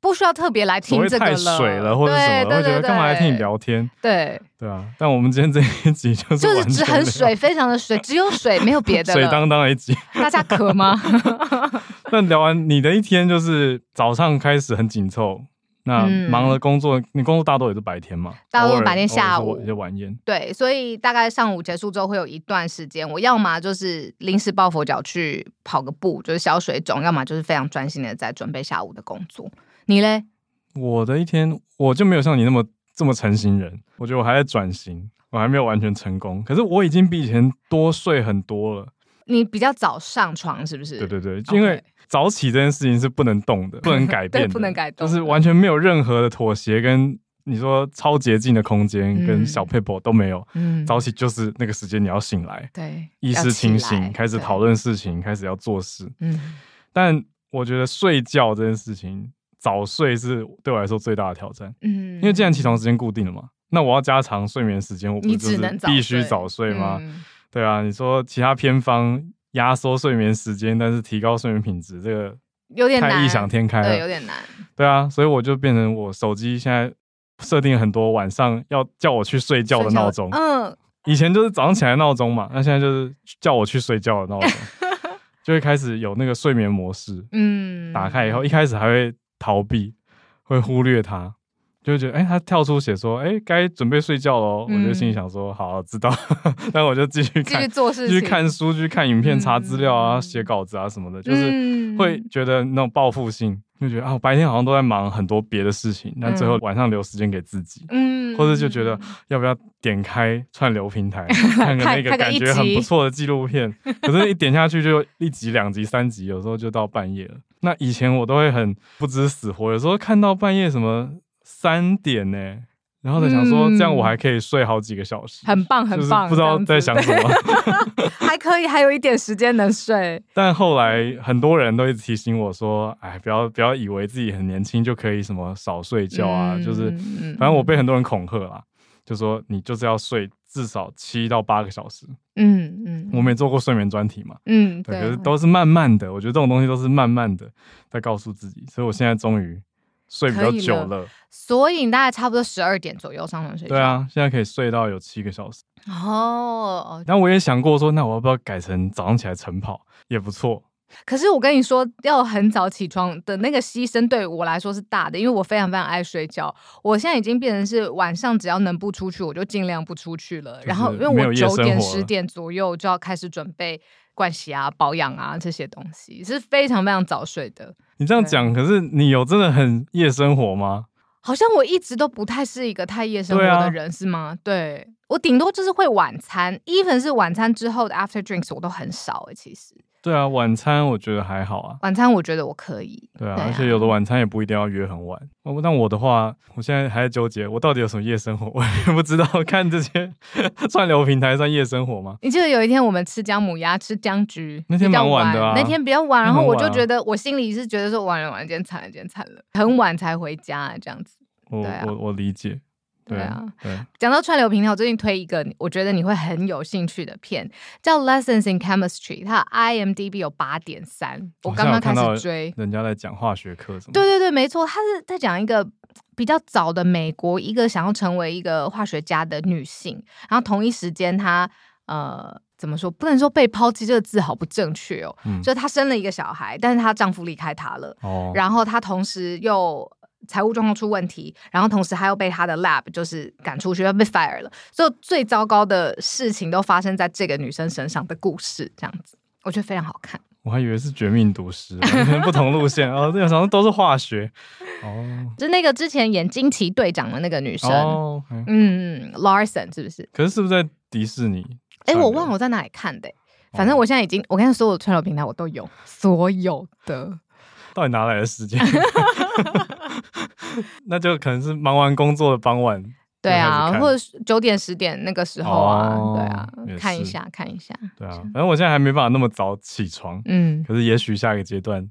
Speaker 2: 不需要特别来
Speaker 1: 所
Speaker 2: 听
Speaker 1: 谓
Speaker 2: 这个
Speaker 1: 太
Speaker 2: 了，
Speaker 1: 水了或者什
Speaker 2: 对
Speaker 1: 么，会觉
Speaker 2: 对对
Speaker 1: 得
Speaker 2: 对，
Speaker 1: 干嘛来听你？聊天？
Speaker 2: 对，
Speaker 1: 对啊，但我们今天这一集就是
Speaker 2: 就是
Speaker 1: 完
Speaker 2: 只
Speaker 1: 全
Speaker 2: 很
Speaker 1: 没有
Speaker 2: 水，非常的水，只有水，没有别的
Speaker 1: 水
Speaker 2: 了。
Speaker 1: 当当的一集。 *laughs*
Speaker 2: 大家渴吗？
Speaker 1: 那聊完你的一天，就是早上开始很紧凑。那
Speaker 2: 嗯
Speaker 1: 忙了工作，你工作大多也是白天嘛？
Speaker 2: 大多
Speaker 1: 偶尔
Speaker 2: 白天下
Speaker 1: 偶尔
Speaker 2: 午
Speaker 1: 是一些晚宴，
Speaker 2: 对，所以大概上午结束之后会有一段时间，我要么就是临时抱佛脚去跑个步，就是消水肿；要么就是非常专心的在准备下午的工作。你嘞？
Speaker 1: 我的一天，我就没有像你那么这么成型人，我觉得我还在转型，我还没有完全成功。可是我已经比以前多睡很多了。
Speaker 2: 你比较早上床是不是？
Speaker 1: 对对对，
Speaker 2: OK
Speaker 1: 因为早起这件事情是不能动
Speaker 2: *laughs*
Speaker 1: 的，不能改变的，
Speaker 2: 对不能改动
Speaker 1: 就是完全没有任何的妥协跟。你说超捷径的空间跟
Speaker 2: 嗯
Speaker 1: 小 paper 都没有，
Speaker 2: 嗯，
Speaker 1: 早起就是那个时间你要醒来，
Speaker 2: 对，
Speaker 1: 意
Speaker 2: 要
Speaker 1: 识
Speaker 2: 起
Speaker 1: 清
Speaker 2: 来
Speaker 1: 醒，开始讨。
Speaker 2: 对
Speaker 1: 论事情，开始要做事。
Speaker 2: 嗯，
Speaker 1: 但我觉得睡觉这件事情，早睡是对我来说最大的挑战。
Speaker 2: 嗯，
Speaker 1: 因为既然起床时间固定了嘛，那我要加长睡眠时间，我不
Speaker 2: 你
Speaker 1: 就
Speaker 2: 只
Speaker 1: 是
Speaker 2: 能早
Speaker 1: 必须
Speaker 2: 睡
Speaker 1: 早睡吗？
Speaker 2: 嗯
Speaker 1: 对啊，你说其他偏方压缩睡眠时间，但是提高睡眠品质，这个
Speaker 2: 有点
Speaker 1: 太
Speaker 2: 难，
Speaker 1: 异想天开
Speaker 2: 对，有
Speaker 1: 了。
Speaker 2: 点难。
Speaker 1: 对啊，所以我就变成我手机现在设定很多晚上要 *laughs* 叫我去睡觉的闹钟，
Speaker 2: 嗯，
Speaker 1: 以前就是早上起来的闹钟嘛，那现在就是叫我去睡觉的
Speaker 2: *laughs*
Speaker 1: 闹钟，就会开始有那个睡眠模式。
Speaker 2: 嗯，
Speaker 1: 打开以后，一开始还会逃避，会忽略它，就会觉得哎、诶它跳出写说哎，诶该、准备睡觉喽。
Speaker 2: 嗯
Speaker 1: 我就心里想说，好知道， *laughs* 但我就继续
Speaker 2: 继续
Speaker 1: 看，
Speaker 2: 做事
Speaker 1: 继
Speaker 2: 情，
Speaker 1: 续看书，继续看影片，
Speaker 2: 嗯
Speaker 1: 查资料啊，写稿子啊什么的，就是
Speaker 2: 嗯，
Speaker 1: 会觉得那种报复性，就觉得啊，我白天好像都在忙很多别的事情，但最后晚上留时间给自己。
Speaker 2: 嗯，嗯，
Speaker 1: 或者就觉
Speaker 2: *laughs*
Speaker 1: 得
Speaker 2: 嗯
Speaker 1: 要不要点开串流平
Speaker 2: *laughs*
Speaker 1: 台看个那个
Speaker 2: 看看
Speaker 1: 感
Speaker 2: 个一
Speaker 1: 觉很不
Speaker 2: 集
Speaker 1: 错的纪录
Speaker 2: *laughs*
Speaker 1: 片，可是一点下去就一集、两集、三集，有时候就到半夜了。那以前我都会很不知死活，有时候看到半夜什么三点呢、然后在想说
Speaker 2: 嗯
Speaker 1: 这样我还可以睡好几个小时，
Speaker 2: 很棒，很
Speaker 1: 就是
Speaker 2: 棒，
Speaker 1: 不知道
Speaker 2: 这样
Speaker 1: 在
Speaker 2: 子
Speaker 1: 想什么。
Speaker 2: 还可以，还有一点时间能睡。
Speaker 1: 但后来很多人都一直提醒我说：“哎，不要不要以为自己很年轻就可以什么少睡觉啊，
Speaker 2: 嗯
Speaker 1: 就是
Speaker 2: 嗯
Speaker 1: 反正我被很多人恐吓啦，就说你就是要睡至少七到八个小时。
Speaker 2: 嗯嗯，
Speaker 1: 我没做过睡眠专题嘛，
Speaker 2: 嗯
Speaker 1: 对，
Speaker 2: 对，
Speaker 1: 可是都是慢慢的。我觉得这种东西都是慢慢的在告诉自己，所以我现在终于睡比较
Speaker 2: 可以
Speaker 1: 久
Speaker 2: 了
Speaker 1: 了。
Speaker 2: 所以你大概差不多十二点左右上床睡觉。
Speaker 1: 对。啊，现在可以睡到有七个小时。
Speaker 2: 哦，
Speaker 1: 但我也想过说，那我要不要改成早上起来晨跑也不错？
Speaker 2: 可是我跟你说，要很早起床的那个牺牲对我来说是大的，因为我非常非常爱睡觉。我现在已经变成是晚上只要能不出去，我就尽量不出去了。然后因为
Speaker 1: 没有
Speaker 2: 我
Speaker 1: 夜生
Speaker 2: 九
Speaker 1: 活
Speaker 2: 点
Speaker 1: 了
Speaker 2: 十点左右就要开始准备盥洗啊、保养啊这些东西，是非常非常早睡的。
Speaker 1: 你这样
Speaker 2: 对
Speaker 1: 讲，可是你有真的很夜生活吗？
Speaker 2: 好像我一直都不太是一个太夜生活
Speaker 1: 对啊
Speaker 2: 的人，是吗？对我顶多就是会晚餐，even 是晚餐之后的 after drinks 我都很少诶、其实
Speaker 1: 对啊，晚餐我觉得还好啊。
Speaker 2: 晚餐我觉得我可以，
Speaker 1: 对啊，
Speaker 2: 对啊
Speaker 1: 而且有的晚餐也不一定要约很晚。哦但我的话，我现在还在纠结，我到底有什么夜生活，我 *laughs* 也不知道。看这些串流平台算夜生活吗？
Speaker 2: 你记得有一天我们吃姜母鸭，吃姜橘，
Speaker 1: 那天
Speaker 2: 比较
Speaker 1: 蛮晚的啊
Speaker 2: 那天比较晚，
Speaker 1: 那
Speaker 2: 然
Speaker 1: 很
Speaker 2: 后我
Speaker 1: 晚
Speaker 2: 就
Speaker 1: 啊
Speaker 2: 觉得我心里是觉得说完了完了，今天惨了，今天惨了，很晚才回家这样子。
Speaker 1: 我、
Speaker 2: 对啊
Speaker 1: 我我理解。对
Speaker 2: 对啊，
Speaker 1: 对，
Speaker 2: 讲到串流平台，我最近推一个我觉得你会很有兴趣的片，叫《Lessons in Chemistry》，它的 IMDB 有八点三，我
Speaker 1: 好
Speaker 2: 刚
Speaker 1: 像有
Speaker 2: 刚开
Speaker 1: 看到
Speaker 2: 始追。
Speaker 1: 人家在讲化学课什么。
Speaker 2: 对对对，没错，他是在讲一个比较早的美国一个想要成为一个化学家的女性，然后同一时间她呃怎么说，不能说被抛弃这个字好不正确哦，
Speaker 1: 嗯
Speaker 2: 就是她生了一个小孩，但是她丈夫离开她了，
Speaker 1: 哦，
Speaker 2: 然后她同时又。财务状况出问题，然后同时还又被她的 lab 就是赶出去，要被 fire 了。所有最糟糕的事情都发生在这个女生身上的故事，这样子，我觉得非常好看。
Speaker 1: 我还以为是绝命毒师，完全 *laughs* 不同路线哦。这个好像都是化学。哦
Speaker 2: 就那个之前演惊奇队长的那个女生，
Speaker 1: 哦，哎
Speaker 2: 嗯，Larson 是不是？
Speaker 1: 可是是不是在迪士尼？
Speaker 2: 哎、
Speaker 1: 串
Speaker 2: 我
Speaker 1: 流
Speaker 2: 忘了我在哪里看的欸、反正
Speaker 1: 哦
Speaker 2: 我现在已经，我看所有串流平台我都有，所有的。
Speaker 1: 到底哪来的时间？ *laughs* 那就可能是忙完工作的傍晚。就
Speaker 2: 对
Speaker 1: 开始
Speaker 2: 啊，
Speaker 1: 看
Speaker 2: 或者是九点十点那个时候啊，
Speaker 1: 哦
Speaker 2: 对啊
Speaker 1: 也，是
Speaker 2: 看一下看一下，
Speaker 1: 对啊，反正我现在还没办法那么早起床，
Speaker 2: 嗯。
Speaker 1: 可是也许下一个阶段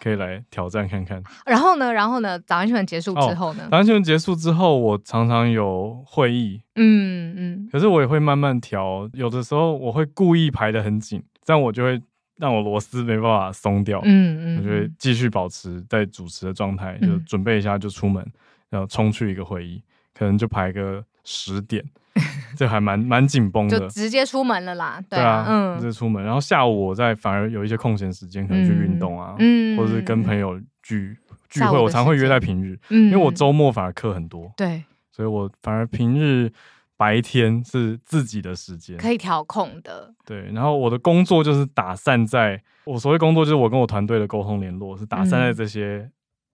Speaker 1: 可以来挑战看看。
Speaker 2: 然后呢，然后呢，早安新闻结束之后呢，
Speaker 1: 早安新闻结束之后，我常常有会议，
Speaker 2: 嗯嗯，
Speaker 1: 可是我也会慢慢调。有的时候我会故意排得很紧，这样我就会让我螺丝没办法松掉。
Speaker 2: 嗯嗯，
Speaker 1: 我就会继续保持在主持的状态，就
Speaker 2: 嗯
Speaker 1: 准备一下就出门，然后冲去一个会议，可能就排个十
Speaker 2: *laughs*
Speaker 1: 点，这还蛮蛮紧绷
Speaker 2: 嗯就
Speaker 1: 的。
Speaker 2: 直接出门了啦，
Speaker 1: 对
Speaker 2: 啊
Speaker 1: 啊，，就出门，然后下午我再反而有一些空闲时间，可能去运动啊，
Speaker 2: 嗯
Speaker 1: 或者是跟朋
Speaker 2: 友，
Speaker 1: 友聚聚
Speaker 2: 下午
Speaker 1: 会，
Speaker 2: 的
Speaker 1: 我常会约
Speaker 2: 时间
Speaker 1: 在平日，
Speaker 2: 嗯
Speaker 1: 因为我周末反而课很多，
Speaker 2: 对
Speaker 1: 所以我反而平日白天是自己的时间，
Speaker 2: 可以调控的，
Speaker 1: 对，然后我的工作就是打散在，我所谓工作就是我跟我团队的沟通联络是打散在
Speaker 2: 嗯
Speaker 1: 这些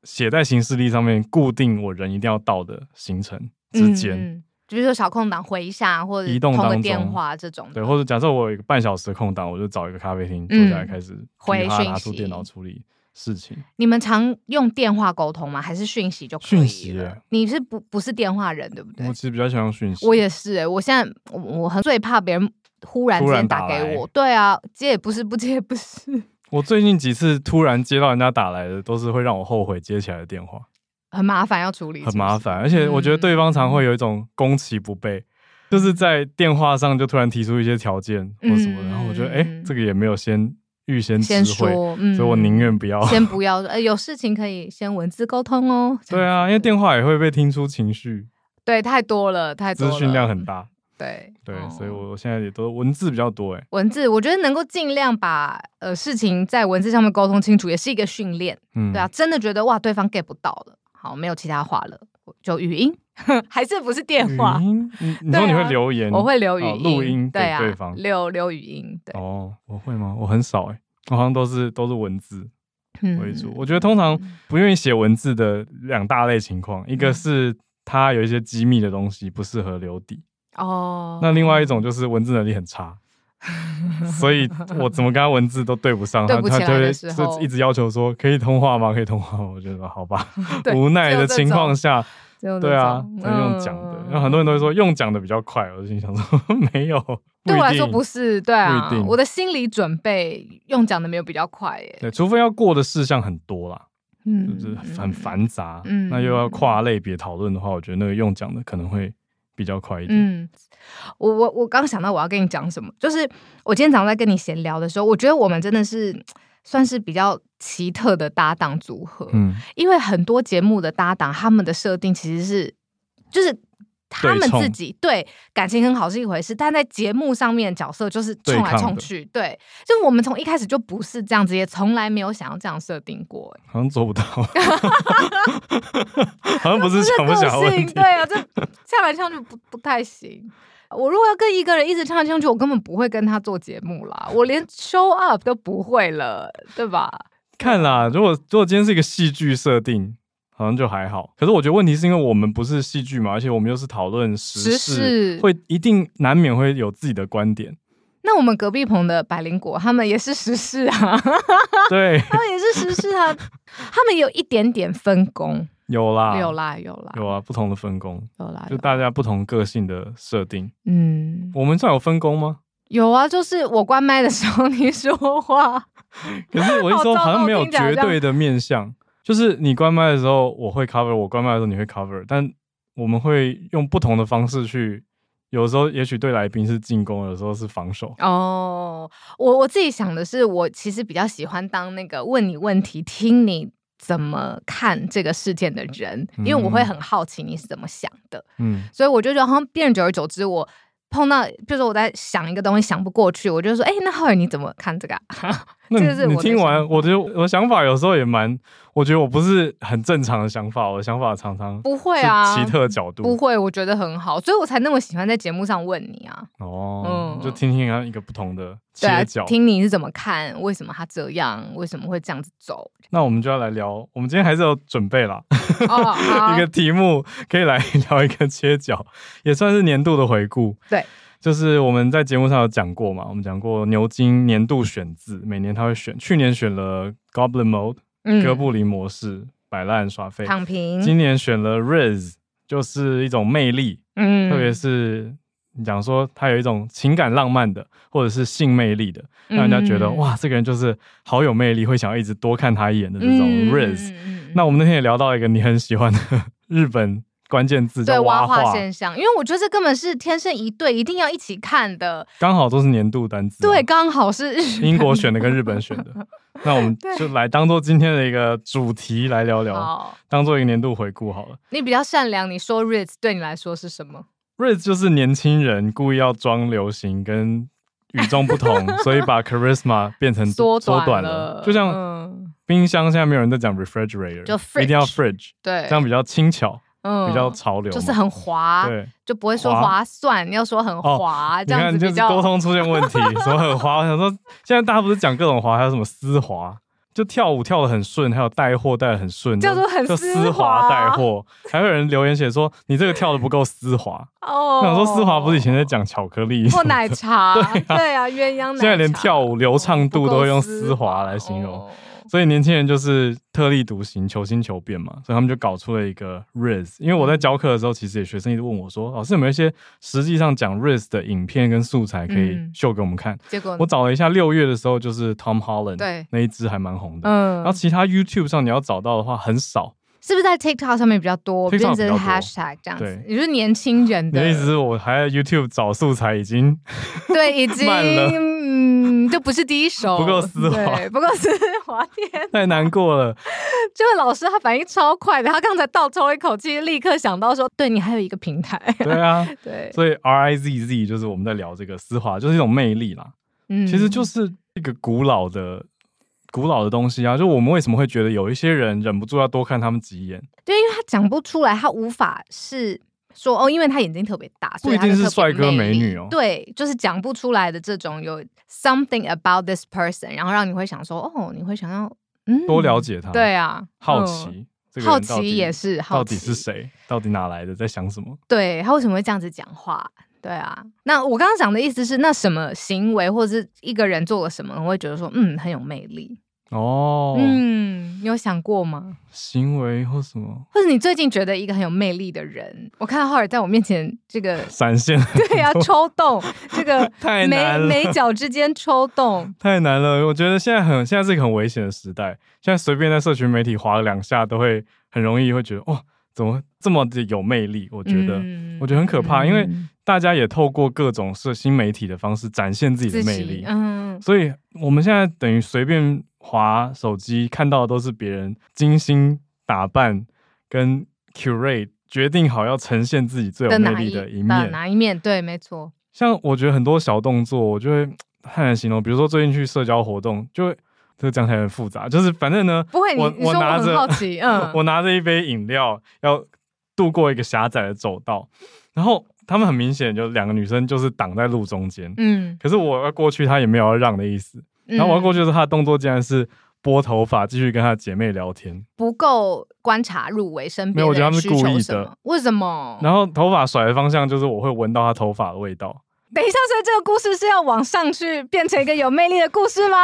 Speaker 1: 写在行事历上面固定我人一定要到的行程之间。
Speaker 2: 嗯，嗯就比如说小空档回一下，或者
Speaker 1: 移动
Speaker 2: 通个
Speaker 1: 当
Speaker 2: 电
Speaker 1: 中
Speaker 2: 话这种的，
Speaker 1: 对，或者假设我有一个半小时的空档，我就找一个咖啡厅坐下来
Speaker 2: 嗯
Speaker 1: 开始
Speaker 2: 回
Speaker 1: 噼啪
Speaker 2: 讯
Speaker 1: 拿出电脑
Speaker 2: 息
Speaker 1: 处理事情。
Speaker 2: 你们常用电话沟通吗？还是讯息就可
Speaker 1: 讯
Speaker 2: 以
Speaker 1: 息
Speaker 2: 了
Speaker 1: 耶？
Speaker 2: 你是不不是电话人对不对
Speaker 1: 我？其实比较喜欢用讯息，
Speaker 2: 我也是、欸，我现在我我很最怕别人忽然之
Speaker 1: 突然
Speaker 2: 间
Speaker 1: 打
Speaker 2: 打给
Speaker 1: 来
Speaker 2: 我，对啊，接也不是，不接也不是，
Speaker 1: 我最近几次突然接到人家打来的，都是会让我后悔接起来的电话，
Speaker 2: 很麻烦要处理，嗯
Speaker 1: 很麻。烦。而且我觉得对方常会有一种攻其不备，就是在电话上就突然提出一些条件或什么的，
Speaker 2: 嗯
Speaker 1: 然后我觉得
Speaker 2: 嗯
Speaker 1: 哎、
Speaker 2: 嗯
Speaker 1: 这个也没有先预先知
Speaker 2: 先
Speaker 1: 会，
Speaker 2: 说，嗯，
Speaker 1: 所以我宁愿不要。
Speaker 2: 先不要，呃，有事情可以先文字沟通哦。这
Speaker 1: 对
Speaker 2: 样
Speaker 1: 啊，因为电话也会被听出情绪，
Speaker 2: *laughs* 对，太多了，太多
Speaker 1: 资
Speaker 2: 了，
Speaker 1: 讯量很大。
Speaker 2: 对
Speaker 1: 对，
Speaker 2: 哦
Speaker 1: 所以我现在也都文字比较多哎、
Speaker 2: 文字，我觉得能够尽量把呃事情在文字上面沟通清楚，也是一个训练。
Speaker 1: 嗯，
Speaker 2: 对啊，，真的觉得哇，对方 get 不到了，好，没有其他话了，我就语音， *laughs* 还是不是电话
Speaker 1: 语？音，嗯你你说
Speaker 2: 对
Speaker 1: 你
Speaker 2: 啊
Speaker 1: 会留言，
Speaker 2: 我会留语
Speaker 1: 哦
Speaker 2: 音，
Speaker 1: 录音给
Speaker 2: 对啊，
Speaker 1: 对方
Speaker 2: 留留语音，对，
Speaker 1: 哦，我会吗？我很少哎、我好像都是都是文字
Speaker 2: 嗯
Speaker 1: 为主。我觉得通常不愿意写文字的两大类情
Speaker 2: 嗯
Speaker 1: 况，一个是他有一些机密的东西不适合留底，
Speaker 2: 哦，
Speaker 1: 那另外一种就是文字能力很
Speaker 2: *laughs*
Speaker 1: 差，所以我怎么跟他文字都对不上，
Speaker 2: 对
Speaker 1: 他
Speaker 2: 不
Speaker 1: 他
Speaker 2: 起
Speaker 1: 就
Speaker 2: 来的
Speaker 1: 会
Speaker 2: 时候
Speaker 1: 就一直要求说可以通话吗？可以通话吗？我觉得好吧，
Speaker 2: *laughs* 对
Speaker 1: 无奈
Speaker 2: 只有
Speaker 1: 的
Speaker 2: 这
Speaker 1: 情况
Speaker 2: 种
Speaker 1: 下，
Speaker 2: 只有那
Speaker 1: 对啊
Speaker 2: 种，
Speaker 1: 只能用讲的。
Speaker 2: 嗯
Speaker 1: 然后很多人都会说用讲的比较快，我就心想说 *laughs* 没有，不
Speaker 2: 对我来
Speaker 1: 一
Speaker 2: 说
Speaker 1: 定
Speaker 2: 不是，对啊
Speaker 1: 不一，定
Speaker 2: 我的心理准备用讲的没有比较快耶，
Speaker 1: 对，除非要过的事项很多啦。
Speaker 2: 嗯
Speaker 1: 就是很，繁杂，
Speaker 2: 嗯
Speaker 1: 那又要跨类别讨论的话，我觉得那个用讲的可能会比较快一点。
Speaker 2: 嗯，我我我刚想到我要跟你讲什么，就是我今天早上在跟你闲聊的时候，我觉得我们真的是算是比较奇特的搭档组合，
Speaker 1: 嗯，
Speaker 2: 因为很多节目的搭档，他们的设定其实是就是。他们
Speaker 1: 对冲
Speaker 2: 自己对感情很好是一回事，但在节目上面角色就是冲来
Speaker 1: 对抗
Speaker 2: 冲
Speaker 1: 的
Speaker 2: 去，对，就我们从一开始就不是这样子，也从来没有想要这样设定过、欸
Speaker 1: 好像做不到，好像 *laughs* 不是
Speaker 2: 这
Speaker 1: 想不
Speaker 2: 个
Speaker 1: 想的问
Speaker 2: 性，
Speaker 1: 题
Speaker 2: 对。啊，这唱来唱去不不太行。我如果要跟一个人一直唱来唱去，我根本不会跟他做节目啦，我连 show up 都不会了，对吧？
Speaker 1: 看啦，如果如果今天是一个戏剧设定，好像就还好。可是我觉得问题是因为我们不是戏剧嘛，而且我们又是讨论时
Speaker 2: 时事
Speaker 1: 会一定难免会有自己的观
Speaker 2: *laughs*
Speaker 1: 点。
Speaker 2: 那我们隔壁棚的百灵果，他们也是时事啊，
Speaker 1: 对，
Speaker 2: 他们也是时事啊，他们有一点点分工，
Speaker 1: 有啦，
Speaker 2: *laughs* 有啦有啦
Speaker 1: 有啊，不同的分工，
Speaker 2: 有啦，
Speaker 1: 就
Speaker 2: 有
Speaker 1: 大家不同个性的设定。
Speaker 2: 嗯，
Speaker 1: 我们算有分工吗？
Speaker 2: 有啊，就是我关麦的时候你说话，
Speaker 1: 可是我一说
Speaker 2: 好糟糕
Speaker 1: 好像没有
Speaker 2: 听起来好
Speaker 1: 绝
Speaker 2: 像
Speaker 1: 对的面向，就是你关麦的时候我会 cover，我关麦的时候你会 cover，但我们会用不同的方式去，有时候也许对来宾是进攻，有时候是防守。
Speaker 2: 哦，我我自己想的是，我其实比较喜欢当那个问你问题、听你怎么看这个事件的人，因为我会
Speaker 1: 嗯
Speaker 2: 很好奇你是怎么想的，
Speaker 1: 嗯，
Speaker 2: 所以我就觉得好像变久而久之，我碰到，比如说我在想一个东西想不过去，我就说，哎、那浩宇你怎么看这个、啊？
Speaker 1: 那
Speaker 2: 这个是
Speaker 1: 你你
Speaker 2: 我的
Speaker 1: 听完，
Speaker 2: 想
Speaker 1: 我觉得我的想法有时候也蛮，我觉得我不是很正常的想法，我的想法常 *laughs* 常
Speaker 2: 不会啊，
Speaker 1: 是奇特角
Speaker 2: 不
Speaker 1: 度
Speaker 2: 会，我觉得很好，所以我才那么喜欢在节目上问你啊。
Speaker 1: 哦，
Speaker 2: 嗯
Speaker 1: 就听听看一个不同的
Speaker 2: 对啊
Speaker 1: 切，角。
Speaker 2: 听你是怎么看，为什么他这样，为什么会这样子
Speaker 1: *laughs*
Speaker 2: 走？
Speaker 1: 那我们就要来聊，我们今天还是有准备啦，
Speaker 2: 哦，好
Speaker 1: 一个题目可以来聊一个切角，也算是年度的回顾。
Speaker 2: 对，
Speaker 1: 就是我们在节目上有讲过嘛，我们讲过牛津年度选字，每年他会选，去年选了 Goblin Mode、哥
Speaker 2: 嗯，
Speaker 1: 布林模式、摆烂耍废，
Speaker 2: 躺平，
Speaker 1: 今年选了 Riz，就是一种魅力，
Speaker 2: 嗯
Speaker 1: 特别是。你讲说他有一种情感浪漫的，或者是性魅力的，让人家觉得、
Speaker 2: 嗯
Speaker 1: 哇，这个人就是好有魅力，会想要一直多看他一眼的这种 Riz。
Speaker 2: 嗯嗯
Speaker 1: 那我们那天也聊到一个你很喜欢的 *laughs* 日本关键字，
Speaker 2: 对
Speaker 1: 叫蛙
Speaker 2: 挖化
Speaker 1: 化，
Speaker 2: 现象，因为我觉得这根本是天生一对，一定要一起看的。
Speaker 1: 刚好都是年度单词。
Speaker 2: 对，，刚好是日
Speaker 1: 英国选的跟日本选
Speaker 2: *laughs*
Speaker 1: 的，那我们
Speaker 2: 对
Speaker 1: 就来当做今天的一个主题来聊聊，
Speaker 2: 好，
Speaker 1: 当做一个年度回顾好了。
Speaker 2: 你比较善良，你说 Ritz 对你来说是什么？
Speaker 1: Riz 就是年轻人故意要装流行跟与众不
Speaker 2: *laughs*
Speaker 1: 同，所以把 charisma 变成
Speaker 2: 缩
Speaker 1: 缩短
Speaker 2: 了，
Speaker 1: 就像
Speaker 2: 嗯，
Speaker 1: 冰箱现在没有人在讲 refrigerator，
Speaker 2: 就
Speaker 1: 一定要
Speaker 2: fridge
Speaker 1: fridge，
Speaker 2: 对
Speaker 1: 这，样比较轻巧，
Speaker 2: 嗯
Speaker 1: 比较潮流嘛，
Speaker 2: 就是很滑，
Speaker 1: 对。
Speaker 2: 就不会说
Speaker 1: 滑哦
Speaker 2: 划算，要说很滑，
Speaker 1: 你
Speaker 2: 啊这样
Speaker 1: 看，
Speaker 2: 子
Speaker 1: 就
Speaker 2: 比
Speaker 1: 是
Speaker 2: 较
Speaker 1: 沟通出现问题，什么很滑。我想说，现在大家不是讲各种滑，还有什么丝滑，就跳舞跳的很顺，还有带货带的很顺，
Speaker 2: 叫做很
Speaker 1: 就
Speaker 2: 丝
Speaker 1: 丝滑
Speaker 2: 滑
Speaker 1: 带货。还有人留言写说你这个跳的不够丝滑。
Speaker 2: 哦
Speaker 1: 我想说丝滑不是以前在讲巧克力，
Speaker 2: 或奶茶，
Speaker 1: *laughs*
Speaker 2: 对啊，鸳鸯奶茶。
Speaker 1: 现在连跳舞流畅度都会用丝滑来形容
Speaker 2: 哦
Speaker 1: 所以年轻人就是特立独行、求新求变嘛，所以他们就搞出了一个 Riz。因为
Speaker 2: 嗯
Speaker 1: 我在教课的时候，其实也学生一直问我说：“老师有没有一些实际上讲 Riz 的影片跟素材可以
Speaker 2: 嗯
Speaker 1: 秀给我们看？”
Speaker 2: 结果呢
Speaker 1: 我找了一下，六月的时候就是 Tom Holland
Speaker 2: 对
Speaker 1: 那一支还蛮红的。
Speaker 2: 嗯
Speaker 1: 然后其他 YouTube 上你要找到的话很少。
Speaker 2: 是不是在 TikTok 上面比较多，
Speaker 1: TikTok
Speaker 2: 变
Speaker 1: 比较
Speaker 2: 成
Speaker 1: 多
Speaker 2: hashtag 这样子
Speaker 1: 对？
Speaker 2: 也就是年轻人
Speaker 1: 你的
Speaker 2: 的
Speaker 1: 意思是我还在 YouTube 找素材已经 *laughs*
Speaker 2: 对，已经
Speaker 1: 慢了
Speaker 2: 嗯，就不是第一手，
Speaker 1: 不够丝滑
Speaker 2: 对不够丝滑。天，
Speaker 1: 太难过
Speaker 2: *laughs*
Speaker 1: 了？
Speaker 2: 这位老师他反应超快的，他刚才倒抽一口气，立刻想到说，对你还有一个平台，
Speaker 1: 对啊，
Speaker 2: 对，
Speaker 1: 所以 R I Z Z 就是我们在聊这个丝滑，就是一种魅力啦。
Speaker 2: *laughs* 嗯
Speaker 1: 其实就是一个古老的古老的东西啊，就我们为什么会觉得有一些人忍不住要多看他们几眼，
Speaker 2: 对，因为他讲不出来，他无法是说哦，因为他眼睛特别大，所以
Speaker 1: 不一定
Speaker 2: 他就是
Speaker 1: 帅
Speaker 2: 特别
Speaker 1: 哥
Speaker 2: 魅
Speaker 1: 美
Speaker 2: 力
Speaker 1: 女哦
Speaker 2: 对，就是讲不出来的这种有 something about this person，然后让你会想说哦，你会想要嗯
Speaker 1: 多了，解他，
Speaker 2: 对，啊，
Speaker 1: 好
Speaker 2: 嗯
Speaker 1: 奇、这个
Speaker 2: 好
Speaker 1: 人到底
Speaker 2: 奇也是好
Speaker 1: 到
Speaker 2: 奇
Speaker 1: 底是谁，到底哪来的，在想什么？
Speaker 2: 对他为什么会这样子讲话？对啊，那我刚刚讲的意思是，那什么行为或者是一个人做了什么，我会觉得说，嗯，很有魅力。
Speaker 1: 哦，
Speaker 2: 嗯，你有想过吗？
Speaker 1: 行为或什么
Speaker 2: 或者你最近觉得一个很有魅力的人，我看到浩尔在我面前这
Speaker 1: *laughs*
Speaker 2: 个
Speaker 1: 闪现，
Speaker 2: 对呀、抽动这个
Speaker 1: *laughs* 太
Speaker 2: 眉
Speaker 1: 难了
Speaker 2: 眉角之间抽动，
Speaker 1: 太难了。我觉得现在很现在是一个很危险的时代，现在随便在社群媒体划两下，都会很容易会觉得哇、怎么这么的有魅力？我觉得。
Speaker 2: 嗯
Speaker 1: 我觉得很可怕，因为
Speaker 2: 嗯
Speaker 1: 大家也透过各种社新媒体的方式展现自己
Speaker 2: 自
Speaker 1: 的魅
Speaker 2: 己
Speaker 1: 力，
Speaker 2: 嗯
Speaker 1: 所以我们现在等于随便滑手机看到的都是别人精心打扮跟 curate 决定好要呈现自己最有魅
Speaker 2: 哪
Speaker 1: 力
Speaker 2: 一
Speaker 1: 的一
Speaker 2: 的
Speaker 1: 面。
Speaker 2: 哪一面？对，没错，
Speaker 1: 像我觉得很多小动作，我就会很难形容。比如说最近去社交活动，就会这个讲起来很复杂，就是反正呢，
Speaker 2: 不会，你
Speaker 1: 我
Speaker 2: 你说我
Speaker 1: 拿
Speaker 2: 很
Speaker 1: 着，
Speaker 2: 好奇，嗯
Speaker 1: *laughs* 我拿着一杯饮料要渡过一个狭窄的走道，然后他们很明显就两个女生就是挡在路中间，
Speaker 2: 嗯，
Speaker 1: 可是我要过去，她也没有要让的意思。然后我要过去
Speaker 2: 去
Speaker 1: 的时候，她的动作竟然是拨头发，继续跟她的姐妹聊天，
Speaker 2: 不够观察入围身
Speaker 1: 没
Speaker 2: 边
Speaker 1: 有
Speaker 2: 的
Speaker 1: 我觉得
Speaker 2: 人
Speaker 1: 他们
Speaker 2: 需
Speaker 1: 是
Speaker 2: 求
Speaker 1: 故意
Speaker 2: 什
Speaker 1: 的
Speaker 2: 么，为什么？
Speaker 1: 然后头发甩的方向就是我会闻到她头发的味道。
Speaker 2: 等一下，所以这个故事是要往上去变成一个有魅力的故事吗？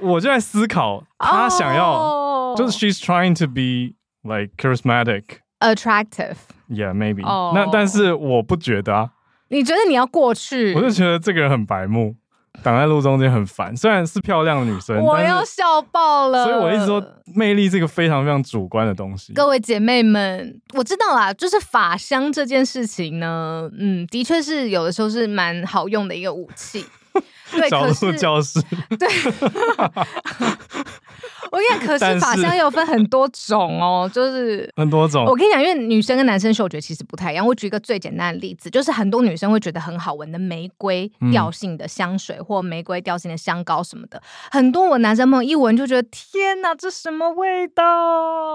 Speaker 1: 我就在思考，她想要、
Speaker 2: 要
Speaker 1: 就是 she's trying to be like charismatic。
Speaker 2: attractive。
Speaker 1: Yeah, maybe.
Speaker 2: 哦
Speaker 1: 那但是我不觉得啊，
Speaker 2: 你觉得你要过去？
Speaker 1: 我就觉得这个人很白目，挡在路中间很烦。虽然是漂亮的女生，
Speaker 2: 我
Speaker 1: 但
Speaker 2: 要
Speaker 1: 是
Speaker 2: 笑爆了。
Speaker 1: 所以我一直说，魅力是一个非常非常主观的东西。
Speaker 2: 各位姐妹们，我知道啦，就是法香这件事情呢，嗯，的确是有的时候是蛮好用的一个武器。
Speaker 1: *laughs*
Speaker 2: 对，
Speaker 1: 小
Speaker 2: 可
Speaker 1: 鹿
Speaker 2: 是
Speaker 1: 教室，
Speaker 2: 我跟你讲，可
Speaker 1: 但
Speaker 2: 是
Speaker 1: 是
Speaker 2: 法香有分很多种哦，就是。
Speaker 1: 很多种
Speaker 2: 我，跟你讲，因为女生跟男生嗅觉其实不太一样。我举一个最简单的例子，就是很多女生会觉得很好闻的玫瑰
Speaker 1: 嗯
Speaker 2: 调性的香水、或玫瑰调性的香膏什么的，很多我男生朋友一闻就觉得天哪，这什么味道？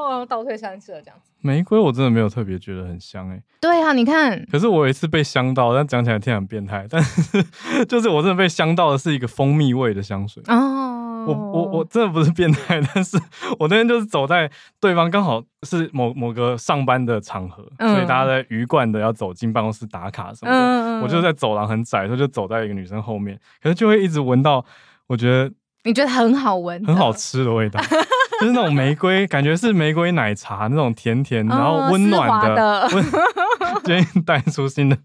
Speaker 2: 然后倒退三次了这样子。
Speaker 1: 玫瑰我真的没有特别觉得很香哎、
Speaker 2: 对啊，你看，
Speaker 1: 可是我有一次被香到，但讲起来听起来很变态，但是 *laughs* 就是我真的被香到的是一个蜂蜜味的香水。
Speaker 2: 哦，
Speaker 1: 我我我真的不是变态， *laughs* 但是我那天就是走在对方刚好是某某个上班的场合，
Speaker 2: 嗯
Speaker 1: 所以大家在鱼贯的要走进办公室打卡什么的，
Speaker 2: 嗯
Speaker 1: 我就在走廊很窄，所以就走在一个女生后面，可是就会一直闻到我觉得
Speaker 2: 你觉得很好闻，
Speaker 1: 很好，吃的味道，
Speaker 2: 嗯
Speaker 1: *laughs* 就是那种玫瑰，感觉是玫瑰奶茶那种甜甜，然后温暖
Speaker 2: 哦
Speaker 1: 的，温 *laughs* 决定带出新的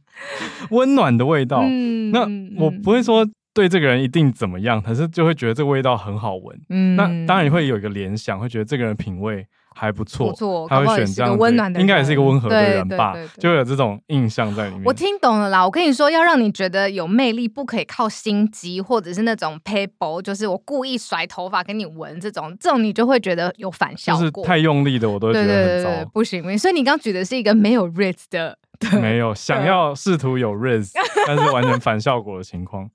Speaker 1: 温暖的味道。
Speaker 2: 嗯
Speaker 1: 哦那我不，会
Speaker 2: 嗯
Speaker 1: 说对这个人一定怎么样，可是就会觉得这个味道很好闻。
Speaker 2: 嗯
Speaker 1: 那当然也会有一个联想，会觉得这个人品味还不错，
Speaker 2: 不错，
Speaker 1: 他
Speaker 2: 搞不好
Speaker 1: 会
Speaker 2: 也
Speaker 1: 选
Speaker 2: 是
Speaker 1: 这
Speaker 2: 个
Speaker 1: 样子
Speaker 2: 温暖的人，
Speaker 1: 应该也是一个温和的人吧，
Speaker 2: 对对对对
Speaker 1: 就会有这种印象在里面。
Speaker 2: 我听懂了啦，我跟你说，要让你觉得有魅力，不可以靠心机或者是那种 paper，就是我故意甩头发给你闻这种，这种你就会觉得有反效
Speaker 1: 就是
Speaker 2: 果。
Speaker 1: 太用力的，我都会觉
Speaker 2: 对对
Speaker 1: 得很
Speaker 2: 对
Speaker 1: 糟。
Speaker 2: 对，不行不行。所以你刚举的是一个没有 rit 的， *laughs*
Speaker 1: 没
Speaker 2: 啊
Speaker 1: 有想要试图有 raise，但是完全反效果的情况。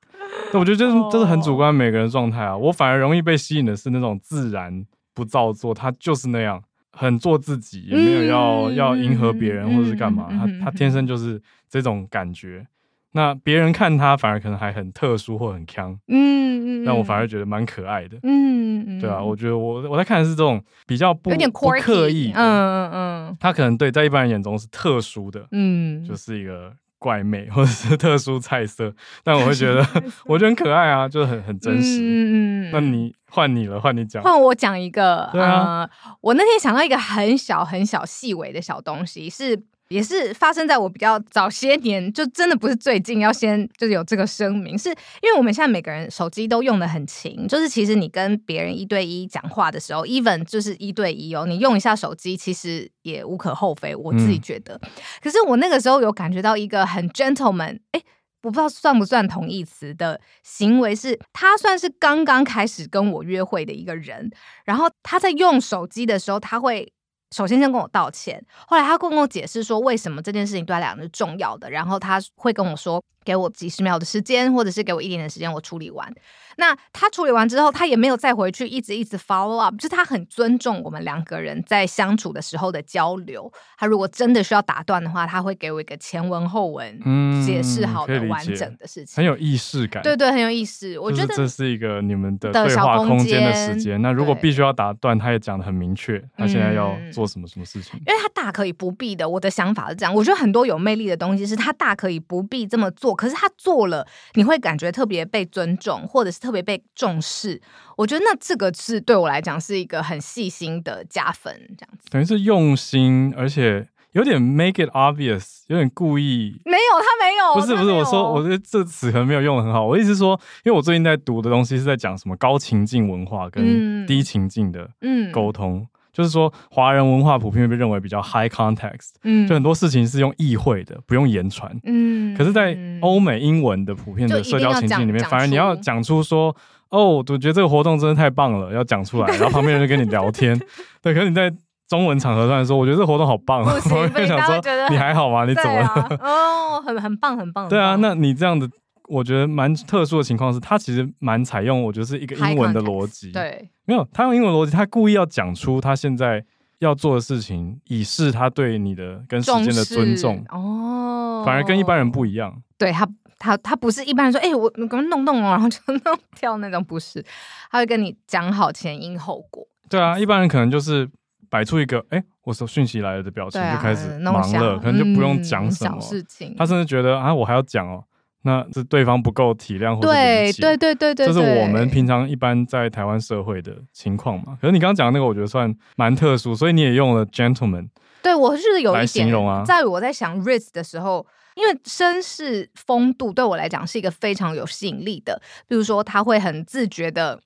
Speaker 1: 对，我觉得这
Speaker 2: 哦
Speaker 1: 是这是很主观每个人的状态啊。我反而容易被吸引的是那种自然不造作，他就是那样，很做自己，也没有要、
Speaker 2: 嗯
Speaker 1: 要迎合别人
Speaker 2: 嗯
Speaker 1: 或者是干嘛。
Speaker 2: 嗯嗯嗯嗯
Speaker 1: 他他天生就是这种感觉。那别人看他反而可能还很特殊或很强，
Speaker 2: 嗯嗯，
Speaker 1: 但我反而
Speaker 2: 嗯
Speaker 1: 觉得蛮可爱的。
Speaker 2: 嗯，嗯
Speaker 1: 对啊，我觉得我我在看的是这种比较不
Speaker 2: 有点
Speaker 1: 不
Speaker 2: quirky，
Speaker 1: 刻意，
Speaker 2: 嗯，嗯
Speaker 1: 他可能对在一般人眼中是特殊的，
Speaker 2: 嗯嗯，
Speaker 1: 就是一个怪妹或者是特殊菜色，但我会觉得 *laughs* 我觉得很可爱啊，就是很很真实。
Speaker 2: 嗯嗯嗯嗯
Speaker 1: 那你换你了，换你讲，
Speaker 2: 换我讲一个，
Speaker 1: 对啊
Speaker 2: 呃，我那天想到一个很小很小细微的小东西，是也是发生在我比较早些年，就真的不是最近，要先就是有这个声明，是因为我们现在每个人手机都用的很勤，就是其实你跟别人一对一讲话的时候，even 就是一对一哦，你用一下手机其实也无可厚非，我自己
Speaker 1: 嗯
Speaker 2: 觉得。可是我那个时候有感觉到一个很 gentleman，哎、我不知道算不算同义词的行为是，他算是刚刚开始跟我约会的一个人，然后他在用手机的时候，他会。首先先跟我道歉，后来他跟我解释说为什么这件事情对他来讲是重要的，然后他会跟我说给我几十秒的时间，或者是给我一点点时间，我处理完。那他处理完之后，他也没有再回去一直一直 follow up，就是他很尊重我们两个人在相处的时候的交流。他如果真的需要打断的话，他会给我一个前文后文
Speaker 1: 嗯
Speaker 2: 解释好
Speaker 1: 可以
Speaker 2: 的
Speaker 1: 理解
Speaker 2: 完整的事情。
Speaker 1: 很有意识感。
Speaker 2: 对对，很有意思。我
Speaker 1: 就是
Speaker 2: 觉得
Speaker 1: 这是一个你们的
Speaker 2: 的
Speaker 1: 对
Speaker 2: 小
Speaker 1: 话
Speaker 2: 空
Speaker 1: 空间的
Speaker 2: 间
Speaker 1: 时间。那如果
Speaker 2: 对
Speaker 1: 必须要打断，他也讲的很明确，他现在要
Speaker 2: 嗯
Speaker 1: 做什么什么事情。
Speaker 2: 因为他大可以不必的。我的想法是这样，我觉得很多有魅力的东西是他大可以不必这么做，可是他做了，你会感觉特别被尊重，或者是特别被重视。我觉得那这个是对我来讲是一个很细心的加分，这样子。
Speaker 1: 等于是用心，而且有点 make it obvious，有点故意。
Speaker 2: 没有，他没有，
Speaker 1: 不是
Speaker 2: 他
Speaker 1: 不是，
Speaker 2: 哦没有
Speaker 1: 我说我觉得这词可能没有用的很好。我意思是说，因为我最近在读的东西是在讲什么高情境文化跟
Speaker 2: 嗯
Speaker 1: 低情境的
Speaker 2: 嗯
Speaker 1: 沟通。就是说华人文化普遍被认为比较 high context，
Speaker 2: 嗯
Speaker 1: 就很多事情是用意会的，不用言传。
Speaker 2: 嗯
Speaker 1: 可是，在欧美英文的普遍的
Speaker 2: 就一
Speaker 1: 社
Speaker 2: 定要
Speaker 1: 交情境
Speaker 2: 讲
Speaker 1: 里面，
Speaker 2: 讲
Speaker 1: 反而你要
Speaker 2: 出
Speaker 1: 讲出说，哦，我觉得这个活动真的太棒了，要讲出来，然后旁边人就跟你聊
Speaker 2: *laughs*
Speaker 1: 天。对，可是你在中文场合突然说，我觉得这个活动好棒，
Speaker 2: 不行
Speaker 1: 旁边人想说
Speaker 2: 大家会觉得
Speaker 1: 你还好吗？你
Speaker 2: 对
Speaker 1: 怎么了？
Speaker 2: 啊，哦，很很棒，很棒。
Speaker 1: 对啊，
Speaker 2: 很棒
Speaker 1: 那你这样的，我觉得蛮特殊的情况是，他其实蛮采用，我觉得是一个
Speaker 2: High
Speaker 1: 英文的
Speaker 2: context，
Speaker 1: 逻辑。，
Speaker 2: 对，
Speaker 1: 没有，他用英文逻辑，他故意要讲出他现在要做的事情，以示他对你的跟时
Speaker 2: 重
Speaker 1: 间的
Speaker 2: 视
Speaker 1: 尊重，
Speaker 2: 哦，
Speaker 1: 反而跟一般人不一样。
Speaker 2: 对他，他他不是一般人说，哎、我你赶快弄弄哦，然后就弄掉那种，不是，他会跟你讲好前因后果，
Speaker 1: 对啊，一般人可能就是摆出一个哎、诶我手讯息来了的表情，
Speaker 2: 对啊，
Speaker 1: 就开始
Speaker 2: 弄
Speaker 1: 忙
Speaker 2: 小
Speaker 1: 了，可能就不用
Speaker 2: 嗯
Speaker 1: 讲什么
Speaker 2: 小。事情，
Speaker 1: 他甚至觉得啊，我还要讲哦，那是对方不够体谅或者
Speaker 2: 对
Speaker 1: 理解。
Speaker 2: 对对对对，
Speaker 1: 这是我们
Speaker 2: 对
Speaker 1: 平常一般在台湾社会的情况嘛。可是你刚刚讲的那个，我觉得算蛮特殊，所以你也用了 gentleman，
Speaker 2: 对我是有一
Speaker 1: 来
Speaker 2: 点
Speaker 1: 形容啊
Speaker 2: 在我在想 Ritz 的时候。因为绅士风度对我来讲是一个非常有吸引力的，比如说他会很自觉的，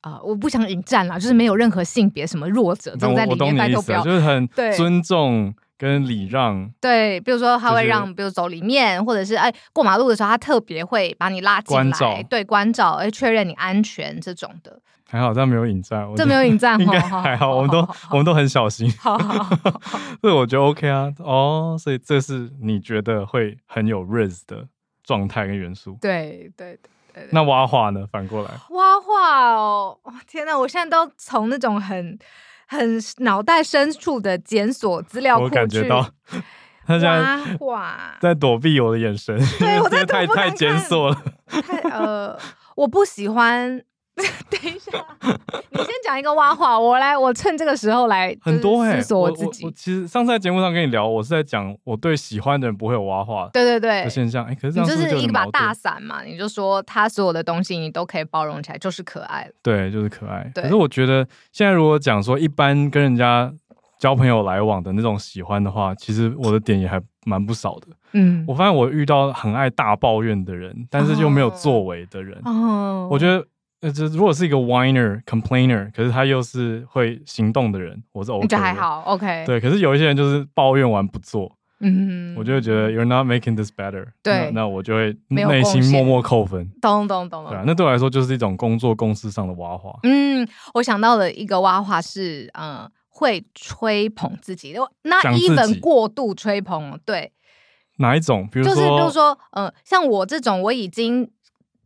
Speaker 2: 啊，我不想引战啦，就是没有任何性别什么弱者，呃
Speaker 1: 但
Speaker 2: 这种在
Speaker 1: 我
Speaker 2: 里
Speaker 1: 我懂你
Speaker 2: 面
Speaker 1: 的
Speaker 2: 拜
Speaker 1: 意
Speaker 2: 托
Speaker 1: 思
Speaker 2: 不
Speaker 1: 啊，
Speaker 2: 要
Speaker 1: 就是很
Speaker 2: 对
Speaker 1: 尊重跟礼让，
Speaker 2: 对，比如说他
Speaker 1: 就
Speaker 2: 会
Speaker 1: 是
Speaker 2: 让，比如走里面，或者是哎过马路的时候，他特别会把你拉进
Speaker 1: 关
Speaker 2: 来
Speaker 1: 照，
Speaker 2: 对，关照，哎确认你安全这种的，
Speaker 1: 还好，但没有引战，我
Speaker 2: 这
Speaker 1: 觉
Speaker 2: 没有
Speaker 1: 得
Speaker 2: 引
Speaker 1: *laughs*
Speaker 2: 战
Speaker 1: 应该
Speaker 2: 哦
Speaker 1: 还好，我们都我们都很小心，
Speaker 2: 好好好好
Speaker 1: 所以我觉得 OK 啊。哦，所以这是你觉得会很有 res 的状态跟元素。
Speaker 2: 对对对对。
Speaker 1: 那挖话呢？反过来，
Speaker 2: 挖话哦，哇天哪！我现在都从那种很很脑袋深处的检索资料
Speaker 1: 我
Speaker 2: 库
Speaker 1: 感
Speaker 2: 去
Speaker 1: 觉到 *laughs* 他现在
Speaker 2: 挖话，
Speaker 1: 在躲避我的眼神， *laughs* 因为
Speaker 2: 我
Speaker 1: 这个
Speaker 2: 在躲
Speaker 1: 太
Speaker 2: 不
Speaker 1: 太
Speaker 2: 敢
Speaker 1: 检
Speaker 2: 看
Speaker 1: 索了。
Speaker 2: 太呃，我不喜欢。 *laughs* 等一下，你先讲一个挖话，我来，我趁这个时候来
Speaker 1: 很多
Speaker 2: 哎、
Speaker 1: 哎、
Speaker 2: 思索
Speaker 1: 我
Speaker 2: 自己
Speaker 1: 我。其实上次在节目上跟你聊，我是在讲我对喜欢的人不会有挖话
Speaker 2: 对对对
Speaker 1: 的，现象。哎、可是这样
Speaker 2: 你就是
Speaker 1: 不
Speaker 2: 是
Speaker 1: 有
Speaker 2: 一
Speaker 1: 点
Speaker 2: 把
Speaker 1: 矛
Speaker 2: 大
Speaker 1: 盾？
Speaker 2: 伞嘛，你就说他所有的东西你都可以包容起来，就是可爱了。
Speaker 1: 对，就是可爱。
Speaker 2: 对
Speaker 1: 可是我觉得现在如果讲说一般跟人家交朋友来往的那种喜欢的话，其实我的点也还蛮不少的。
Speaker 2: 嗯，
Speaker 1: 我发现我遇到很爱大抱怨的人，但是又没有作为的人，
Speaker 2: 哦，
Speaker 1: 我觉
Speaker 2: 得
Speaker 1: 得。呃，这如果是一个 whiner complainer，可是他又是会行动的人，我是 OK，
Speaker 2: 你觉得还
Speaker 1: 的。
Speaker 2: 好，OK，，欸
Speaker 1: 对，可是有一些人就是抱怨完不做，
Speaker 2: 嗯
Speaker 1: 我就会觉得 you're not making this better 那。
Speaker 2: 对
Speaker 1: 那我就会
Speaker 2: 没有
Speaker 1: 内心
Speaker 2: 贡献
Speaker 1: 默默扣分。
Speaker 2: 懂懂懂
Speaker 1: 对啊
Speaker 2: 懂。，
Speaker 1: 那对我来说就是一种工作公司上的挖话。
Speaker 2: 嗯，我想到了一个挖话是，嗯、会吹捧自己，那
Speaker 1: 讲自己
Speaker 2: even 过度吹捧哦，对，
Speaker 1: 哪一种？比如
Speaker 2: 就
Speaker 1: 说，
Speaker 2: 是比如说，呃，像我这种，我已经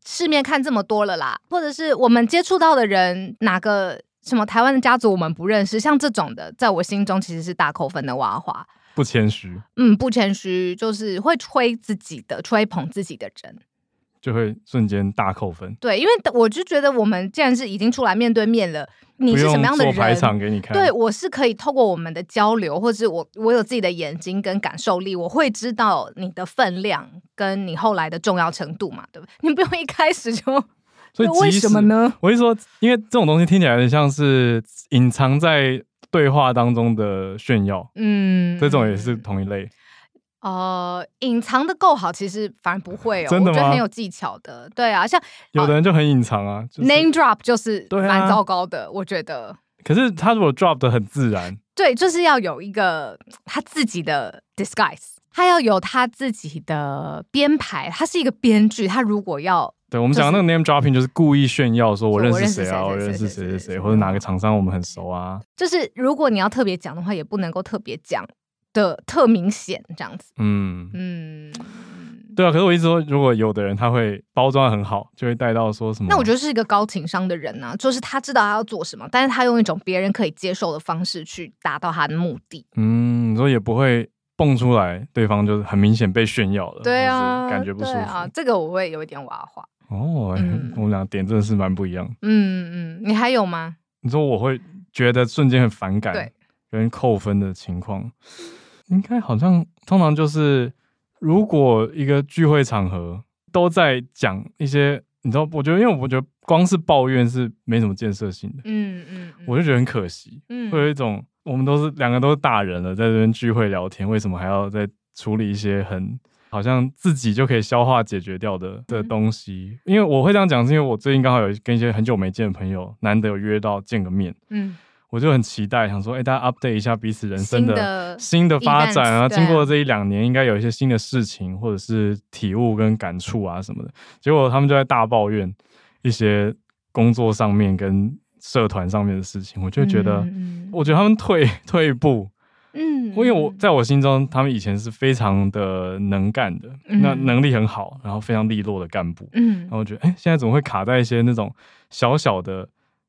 Speaker 2: 市面看这么多了啦，或者是我们接触到的人哪个什么台湾的家族我们不认识，像这种的，在我心中其实是大扣分的挖花。
Speaker 1: 不谦虚，
Speaker 2: 嗯，不谦虚，就是会吹自己的、吹捧自己的人。
Speaker 1: 就会瞬间大扣分。
Speaker 2: 对，因为我就觉得我们既然是已经出来面对面了，你
Speaker 1: 不
Speaker 2: 是
Speaker 1: 用
Speaker 2: 什么样的
Speaker 1: 做排场
Speaker 2: 人？
Speaker 1: 给你看。
Speaker 2: 对，我是可以透过我们的交流，或者是我我有自己的眼睛跟感受力，我会知道你的分量跟你后来的重要程度嘛，对不对？ *laughs* 你不用一开始就
Speaker 1: 所以
Speaker 2: 为
Speaker 1: 即使
Speaker 2: 什么？呢？
Speaker 1: 我是说，因为这种东西听起来有点像是隐藏在对话当中的炫耀，
Speaker 2: 嗯，哦
Speaker 1: 这种也是同一类。
Speaker 2: 呃，隐藏的够好，其实反而不会哦，
Speaker 1: 真的
Speaker 2: 我觉得
Speaker 1: 吗
Speaker 2: 很有技巧的。对啊，像
Speaker 1: 有的人就很隐藏啊，就是
Speaker 2: name drop 就是
Speaker 1: 对啊
Speaker 2: 蛮糟糕的，我觉得。
Speaker 1: 可是他如果 drop 的很自然，
Speaker 2: 对，就是要有一个他自己的 disguise，他要有他自己的编排，他是一个编剧，他如果要
Speaker 1: 对，我们讲的那个 name dropping 就是故意炫耀，说我认识谁啊，
Speaker 2: 我
Speaker 1: 我
Speaker 2: 认
Speaker 1: 认识
Speaker 2: 识谁
Speaker 1: 谁
Speaker 2: 谁
Speaker 1: 谁
Speaker 2: 谁谁
Speaker 1: 谁，或者哪个厂商我们很熟啊。
Speaker 2: 就是如果你要特别讲的话，也不能够特别讲的特明显这样子。
Speaker 1: 嗯，
Speaker 2: 嗯，
Speaker 1: 对啊。可是我一直说，如果有的人他会包装得很好，就会带到说什么。
Speaker 2: 那我觉
Speaker 1: 得，
Speaker 2: 得是一个高情商的人啊，就是他知道他要做什么，但是他用一种别人可以接受的方式去达到他的目的。
Speaker 1: 嗯，你说也不会蹦出来，对方就是很明显被炫耀了，
Speaker 2: 对
Speaker 1: 嗯
Speaker 2: 啊
Speaker 1: 或，是感觉不舒服。
Speaker 2: 对啊，这个我会有一点娃娃。
Speaker 1: 哦，
Speaker 2: 嗯
Speaker 1: 我们俩点真的是蛮不一样。
Speaker 2: 嗯嗯，你还有吗？
Speaker 1: 你说我会觉得瞬间很反感，
Speaker 2: 对，
Speaker 1: 跟扣分的情况，应该好像通常就是，如果一个聚会场合都在讲一些，你知道，我觉得，因为我觉得光是抱怨是没什么建设性的，
Speaker 2: 嗯嗯，嗯
Speaker 1: 我就觉得很可惜，
Speaker 2: 嗯
Speaker 1: 会有一种我们都是两个都是大人了，在这边聚会聊天，为什么还要再处理一些很好像自己就可以消化解决掉的的
Speaker 2: 嗯
Speaker 1: 东西？因为我会这样讲，是因为我最近刚好有跟一些很久没见的朋友，难得有约到见个面。
Speaker 2: 嗯
Speaker 1: 我就很期待，想说，哎、大家 update 一下彼此人生
Speaker 2: 新
Speaker 1: 的
Speaker 2: 的
Speaker 1: 新的发展啊，
Speaker 2: events，对啊
Speaker 1: 经过这一两年，应该有一些新的事情或者是体悟跟感触啊什么的。结果他们就在大抱怨一些工作上面跟社团上面的事情，我就觉得，
Speaker 2: 嗯
Speaker 1: 我觉得他们退退一步，
Speaker 2: 嗯，
Speaker 1: 因为我
Speaker 2: 嗯
Speaker 1: 在我心中，他们以前是非常的能干的，
Speaker 2: 嗯
Speaker 1: 那能力很好，然后非常利落的干部。
Speaker 2: 嗯
Speaker 1: 然后我觉得，哎、现在怎么会卡在一些那种小小的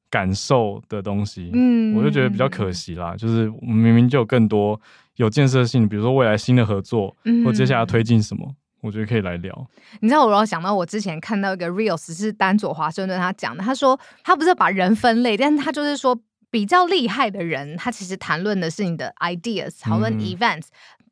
Speaker 1: 感受的东西？
Speaker 2: 嗯
Speaker 1: 我就觉得比较可惜啦。就是我们明明就有更多有建设性的，比如说未来新的合作，
Speaker 2: 嗯
Speaker 1: 或接下来推进什么，我觉得可以来聊。
Speaker 2: 你知道我让我想到我之前看到一个 reels 是丹佐华盛顿他讲的，他说他不是把人分类，但是他就是说比较厉害的人，他其实谈论的是你的 ideas，讨论
Speaker 1: 嗯
Speaker 2: events；、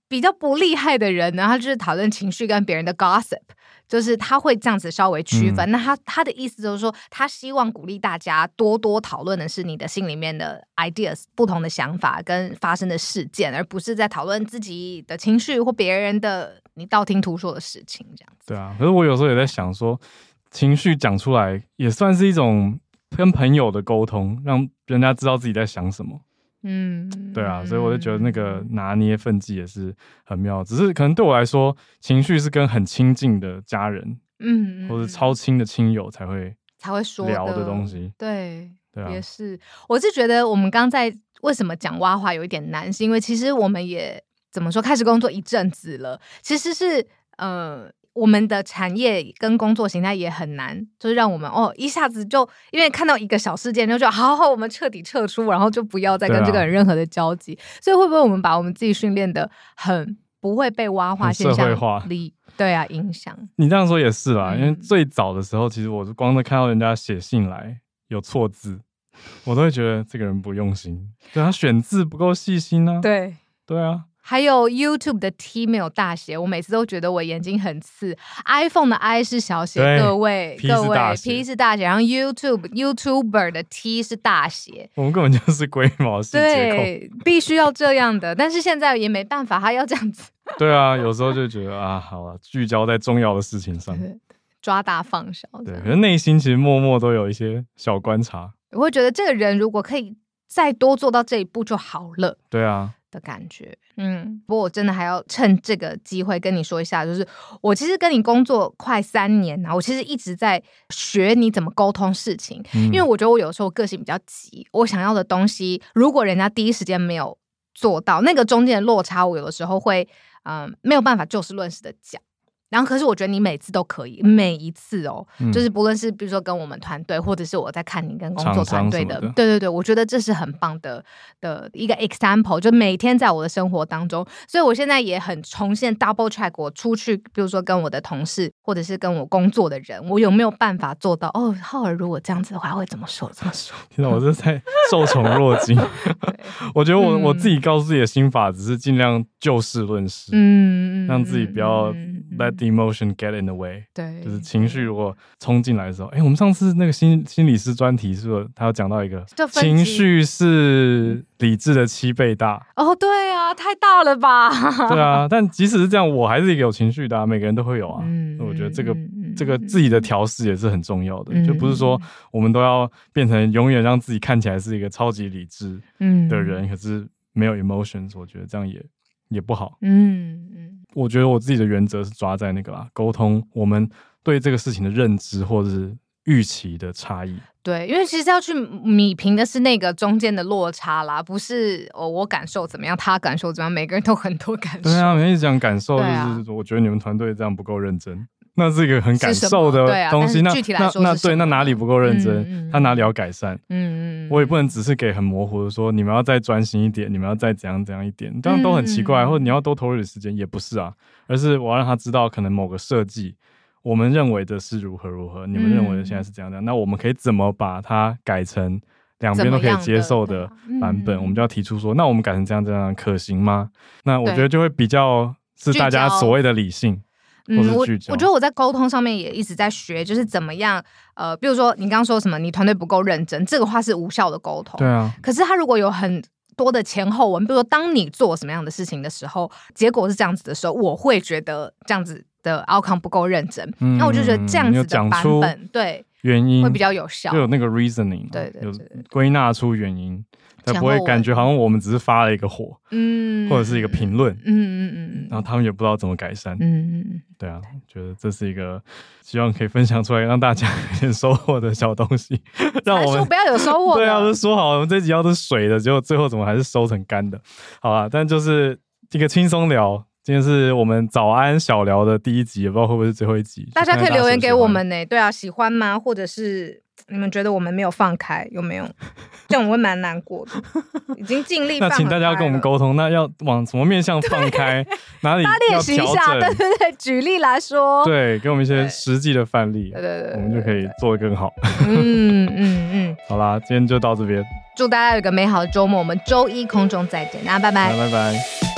Speaker 2: 比较不厉害的人呢，他就是讨论情绪跟别人的 gossip。就是他会这样子稍微区分，那他他的意思就是说，他希望鼓励大家多多讨论的是你的心里面的 ideas、不同的想法跟发生的事件，而不是在讨论自己的情绪或别人的你道听途说的事情这样。
Speaker 1: 对啊，可是我有时候也在想说，情绪讲出来也算是一种跟朋友的沟通，让人家知道自己在想什么。
Speaker 2: 嗯，
Speaker 1: 对啊，所以我就觉得那个拿捏分际也是很妙，只是可能对我来说，情绪是跟很亲近的家人
Speaker 2: 嗯，嗯，
Speaker 1: 或者
Speaker 2: 嗯
Speaker 1: 超亲的亲友才会
Speaker 2: 才会说
Speaker 1: 聊的东，西，
Speaker 2: 对，
Speaker 1: 对啊
Speaker 2: 也，是。我是觉得我们刚在为什么讲挖话有一点难，是因为其实我们也怎么说，开始工作一阵子了，其实是呃。我们的产业跟工作形态也很难，就是让我们哦一下子就因为看到一个小事件就觉得好好，我们彻底撤出，然后就不要再跟
Speaker 1: 对啊
Speaker 2: 这个人任何的交集。所以会不会我们把我们自己训练的很不会被挖话
Speaker 1: 很
Speaker 2: 现
Speaker 1: 社会
Speaker 2: 象
Speaker 1: 化
Speaker 2: 里对啊影响？
Speaker 1: 你这样说也是啦，
Speaker 2: 嗯
Speaker 1: 因为最早的时候，其实我是光是看到人家写信来有错字，我都会觉得这个人不用心，对啊他选字不够细心啊，
Speaker 2: 对，
Speaker 1: 对啊，
Speaker 2: 还有 YouTube 的 T 没有大写，我每次都觉得我眼睛很刺。iPhone 的 I 是小写，
Speaker 1: 对
Speaker 2: 各位
Speaker 1: P
Speaker 2: 各
Speaker 1: 是大
Speaker 2: 位
Speaker 1: 写
Speaker 2: P 是大写，然后 YouTube YouTuber 的 T 是大写，
Speaker 1: 我们根本就是龟毛细节控，
Speaker 2: 对，必须要这样的。但是现在也没办法，他要这
Speaker 1: *laughs*
Speaker 2: 样子
Speaker 1: 对啊，有时候就觉得啊，好了，聚焦在重要的事情上，
Speaker 2: *laughs* 抓大放小这
Speaker 1: 嗯对，
Speaker 2: 样。
Speaker 1: 可是内心其实默默都有一些小观察，
Speaker 2: 我会觉得这个人如果可以再多做到这一步就好了。
Speaker 1: 对啊，
Speaker 2: 的感觉。嗯，不过我真的还要趁这个机会跟你说一下，就是我其实跟你工作快三年啊，我其实一直在学你怎么沟通事情，
Speaker 1: 因
Speaker 2: 因为我觉得我有时候个性比较急，我想要的东西，如果人家第一时间没有做到，那个中间的落差，我有的时候会嗯、没有办法就事论事的讲。然后，可是我觉得你每次都可以，每一次哦，
Speaker 1: 嗯
Speaker 2: 就是不论是比如说跟我们团队，或者是我在看你跟工
Speaker 1: 厂
Speaker 2: 作
Speaker 1: 商
Speaker 2: 团队
Speaker 1: 什么
Speaker 2: 的，
Speaker 1: 的
Speaker 2: 对对对，我觉得这是很棒的的一个 example，就每天在我的生活当中，所以我现在也很重现 double check 我出去，比如说跟我的同事或者是跟我工作的人，我有没有办法做到？哦，浩尔如果这样子的话会怎么说？怎么说？
Speaker 1: 天哪，我这在受宠若
Speaker 2: *laughs*
Speaker 1: 惊。 *laughs* 我觉得
Speaker 2: 嗯
Speaker 1: 我、我自己告诉自己的心法，只是尽量就事论事，
Speaker 2: 嗯，嗯
Speaker 1: 让自己不要
Speaker 2: 嗯嗯
Speaker 1: let the emotion get in the way。
Speaker 2: 对，
Speaker 1: 就是情绪如果冲进来的时候，哎、我们上次那个心心理师专题是不是他有讲到一个
Speaker 2: 就分
Speaker 1: 情
Speaker 2: 级
Speaker 1: 绪是理智的七倍
Speaker 2: *laughs*
Speaker 1: 大？
Speaker 2: 哦，对啊，太大了吧？
Speaker 1: 对啊，但即使是这样，我还是一个有情绪的、啊，每个人都会有啊。
Speaker 2: 嗯
Speaker 1: 那我觉得这个
Speaker 2: 嗯嗯嗯
Speaker 1: 这个自己的调试也是很重要的，
Speaker 2: 嗯
Speaker 1: 就不是说我们都要变成永远让自己看起来是一个超级理智
Speaker 2: 嗯
Speaker 1: 的人，可是没有 emotions，我觉得这样也也不好。
Speaker 2: 嗯嗯
Speaker 1: 我觉得我自己的原则是抓在那个啦，沟通我们对这个事情的认知或者是预期的差异。
Speaker 2: 对，因为其实要去米平的是那个中间的落差啦，不是哦我感受怎么样，他感受怎么样，每个人都很多感受。
Speaker 1: 对啊，每天一直讲感受，就
Speaker 2: 对啊
Speaker 1: 是我觉得你们团队这样不够认真。那是一个很感
Speaker 2: 是什么
Speaker 1: 受的
Speaker 2: 对啊
Speaker 1: 东西，
Speaker 2: 但
Speaker 1: 那
Speaker 2: 是具体来
Speaker 1: 那
Speaker 2: 说
Speaker 1: 那
Speaker 2: 是什
Speaker 1: 对，那
Speaker 2: 么
Speaker 1: 哪里不够认真？
Speaker 2: 嗯嗯
Speaker 1: 他哪里要改善？
Speaker 2: 嗯，嗯嗯，
Speaker 1: 我也不能只是给很模糊的说，你们要再专心一点，你们要再怎样怎样一点，这样都很奇怪，
Speaker 2: 嗯
Speaker 1: 或者你要多投入点时间也不是啊，而是我要让他知道，可能某个设计我们认为的是如何如何，你们认为的现在是怎样怎
Speaker 2: 嗯
Speaker 1: 样，那我们可以怎么把它改成两边都可以接受的版
Speaker 2: 怎么样的对
Speaker 1: 本？
Speaker 2: 啊嗯
Speaker 1: 我们就要提出说，那我们改成这样这样可行吗？那我
Speaker 2: 对
Speaker 1: 觉得就会比较是大家
Speaker 2: 聚焦
Speaker 1: 所谓的理性，或是
Speaker 2: 嗯我
Speaker 1: 聚焦
Speaker 2: 我觉得我在沟通上面也一直在学，就是怎么样，呃，比如说你刚刚说什么，你团队不够认真，这个话是无效的沟通。
Speaker 1: 对啊，
Speaker 2: 可是他如果有很多的前后文，比如说当你做什么样的事情的时候，结果是这样子的时候，我会觉得这样子的 outcome 不够认真。
Speaker 1: 嗯
Speaker 2: 哦那我就觉得这样
Speaker 1: 你有
Speaker 2: 子的
Speaker 1: 讲
Speaker 2: 版
Speaker 1: 出
Speaker 2: 本，对
Speaker 1: 原因
Speaker 2: 会比较有效
Speaker 1: 嗯就。有那个 reasoning，嘛
Speaker 2: 对对
Speaker 1: 有
Speaker 2: 对对
Speaker 1: 归纳出原因，才不会
Speaker 2: 前后文
Speaker 1: 感觉好像我们只是发了一个火
Speaker 2: 嗯，
Speaker 1: 或者是一个啊评论，
Speaker 2: 嗯嗯嗯嗯
Speaker 1: 然后他们也不知道怎么改善。
Speaker 2: 嗯嗯
Speaker 1: 对啊，觉得这是一个希望可以分享出来让大家有点收获的小东
Speaker 2: *laughs*
Speaker 1: 西，让我
Speaker 2: 嗯，说
Speaker 1: 们
Speaker 2: 不要
Speaker 1: *laughs*
Speaker 2: 有收获
Speaker 1: 对啊，
Speaker 2: 的
Speaker 1: 都，说好了我们这集要是水的，结果最后怎么还是收成干的？好啊，但就是一个轻松聊。今天是我们早安小聊的第一集，也不知道会不会是最后一集。
Speaker 2: 大家
Speaker 1: 就看
Speaker 2: 可以
Speaker 1: 看
Speaker 2: 留言
Speaker 1: 喜不
Speaker 2: 给
Speaker 1: 喜欢
Speaker 2: 我。们呢、对啊，喜欢吗？或者是你们觉得我们没有放开，有没有？这种我会蛮难过的，已经尽力
Speaker 1: 那
Speaker 2: 放
Speaker 1: 请大家
Speaker 2: 很开
Speaker 1: 跟我们
Speaker 2: 了
Speaker 1: 沟通，那要往什么面向放
Speaker 2: *laughs*
Speaker 1: 开？哪里
Speaker 2: 大家
Speaker 1: 要
Speaker 2: 练习一
Speaker 1: 调
Speaker 2: 下，对
Speaker 1: 整？
Speaker 2: 对对，举例来说，
Speaker 1: 对，给我们一些实际的范例
Speaker 2: 对，对对
Speaker 1: 我
Speaker 2: 对，
Speaker 1: 们就可以做得更好。
Speaker 2: 嗯嗯嗯，
Speaker 1: 好啦，今天就到这边，
Speaker 2: 祝大家有个美好的周末，我们周一空中再见，大家拜拜
Speaker 1: 那。拜拜。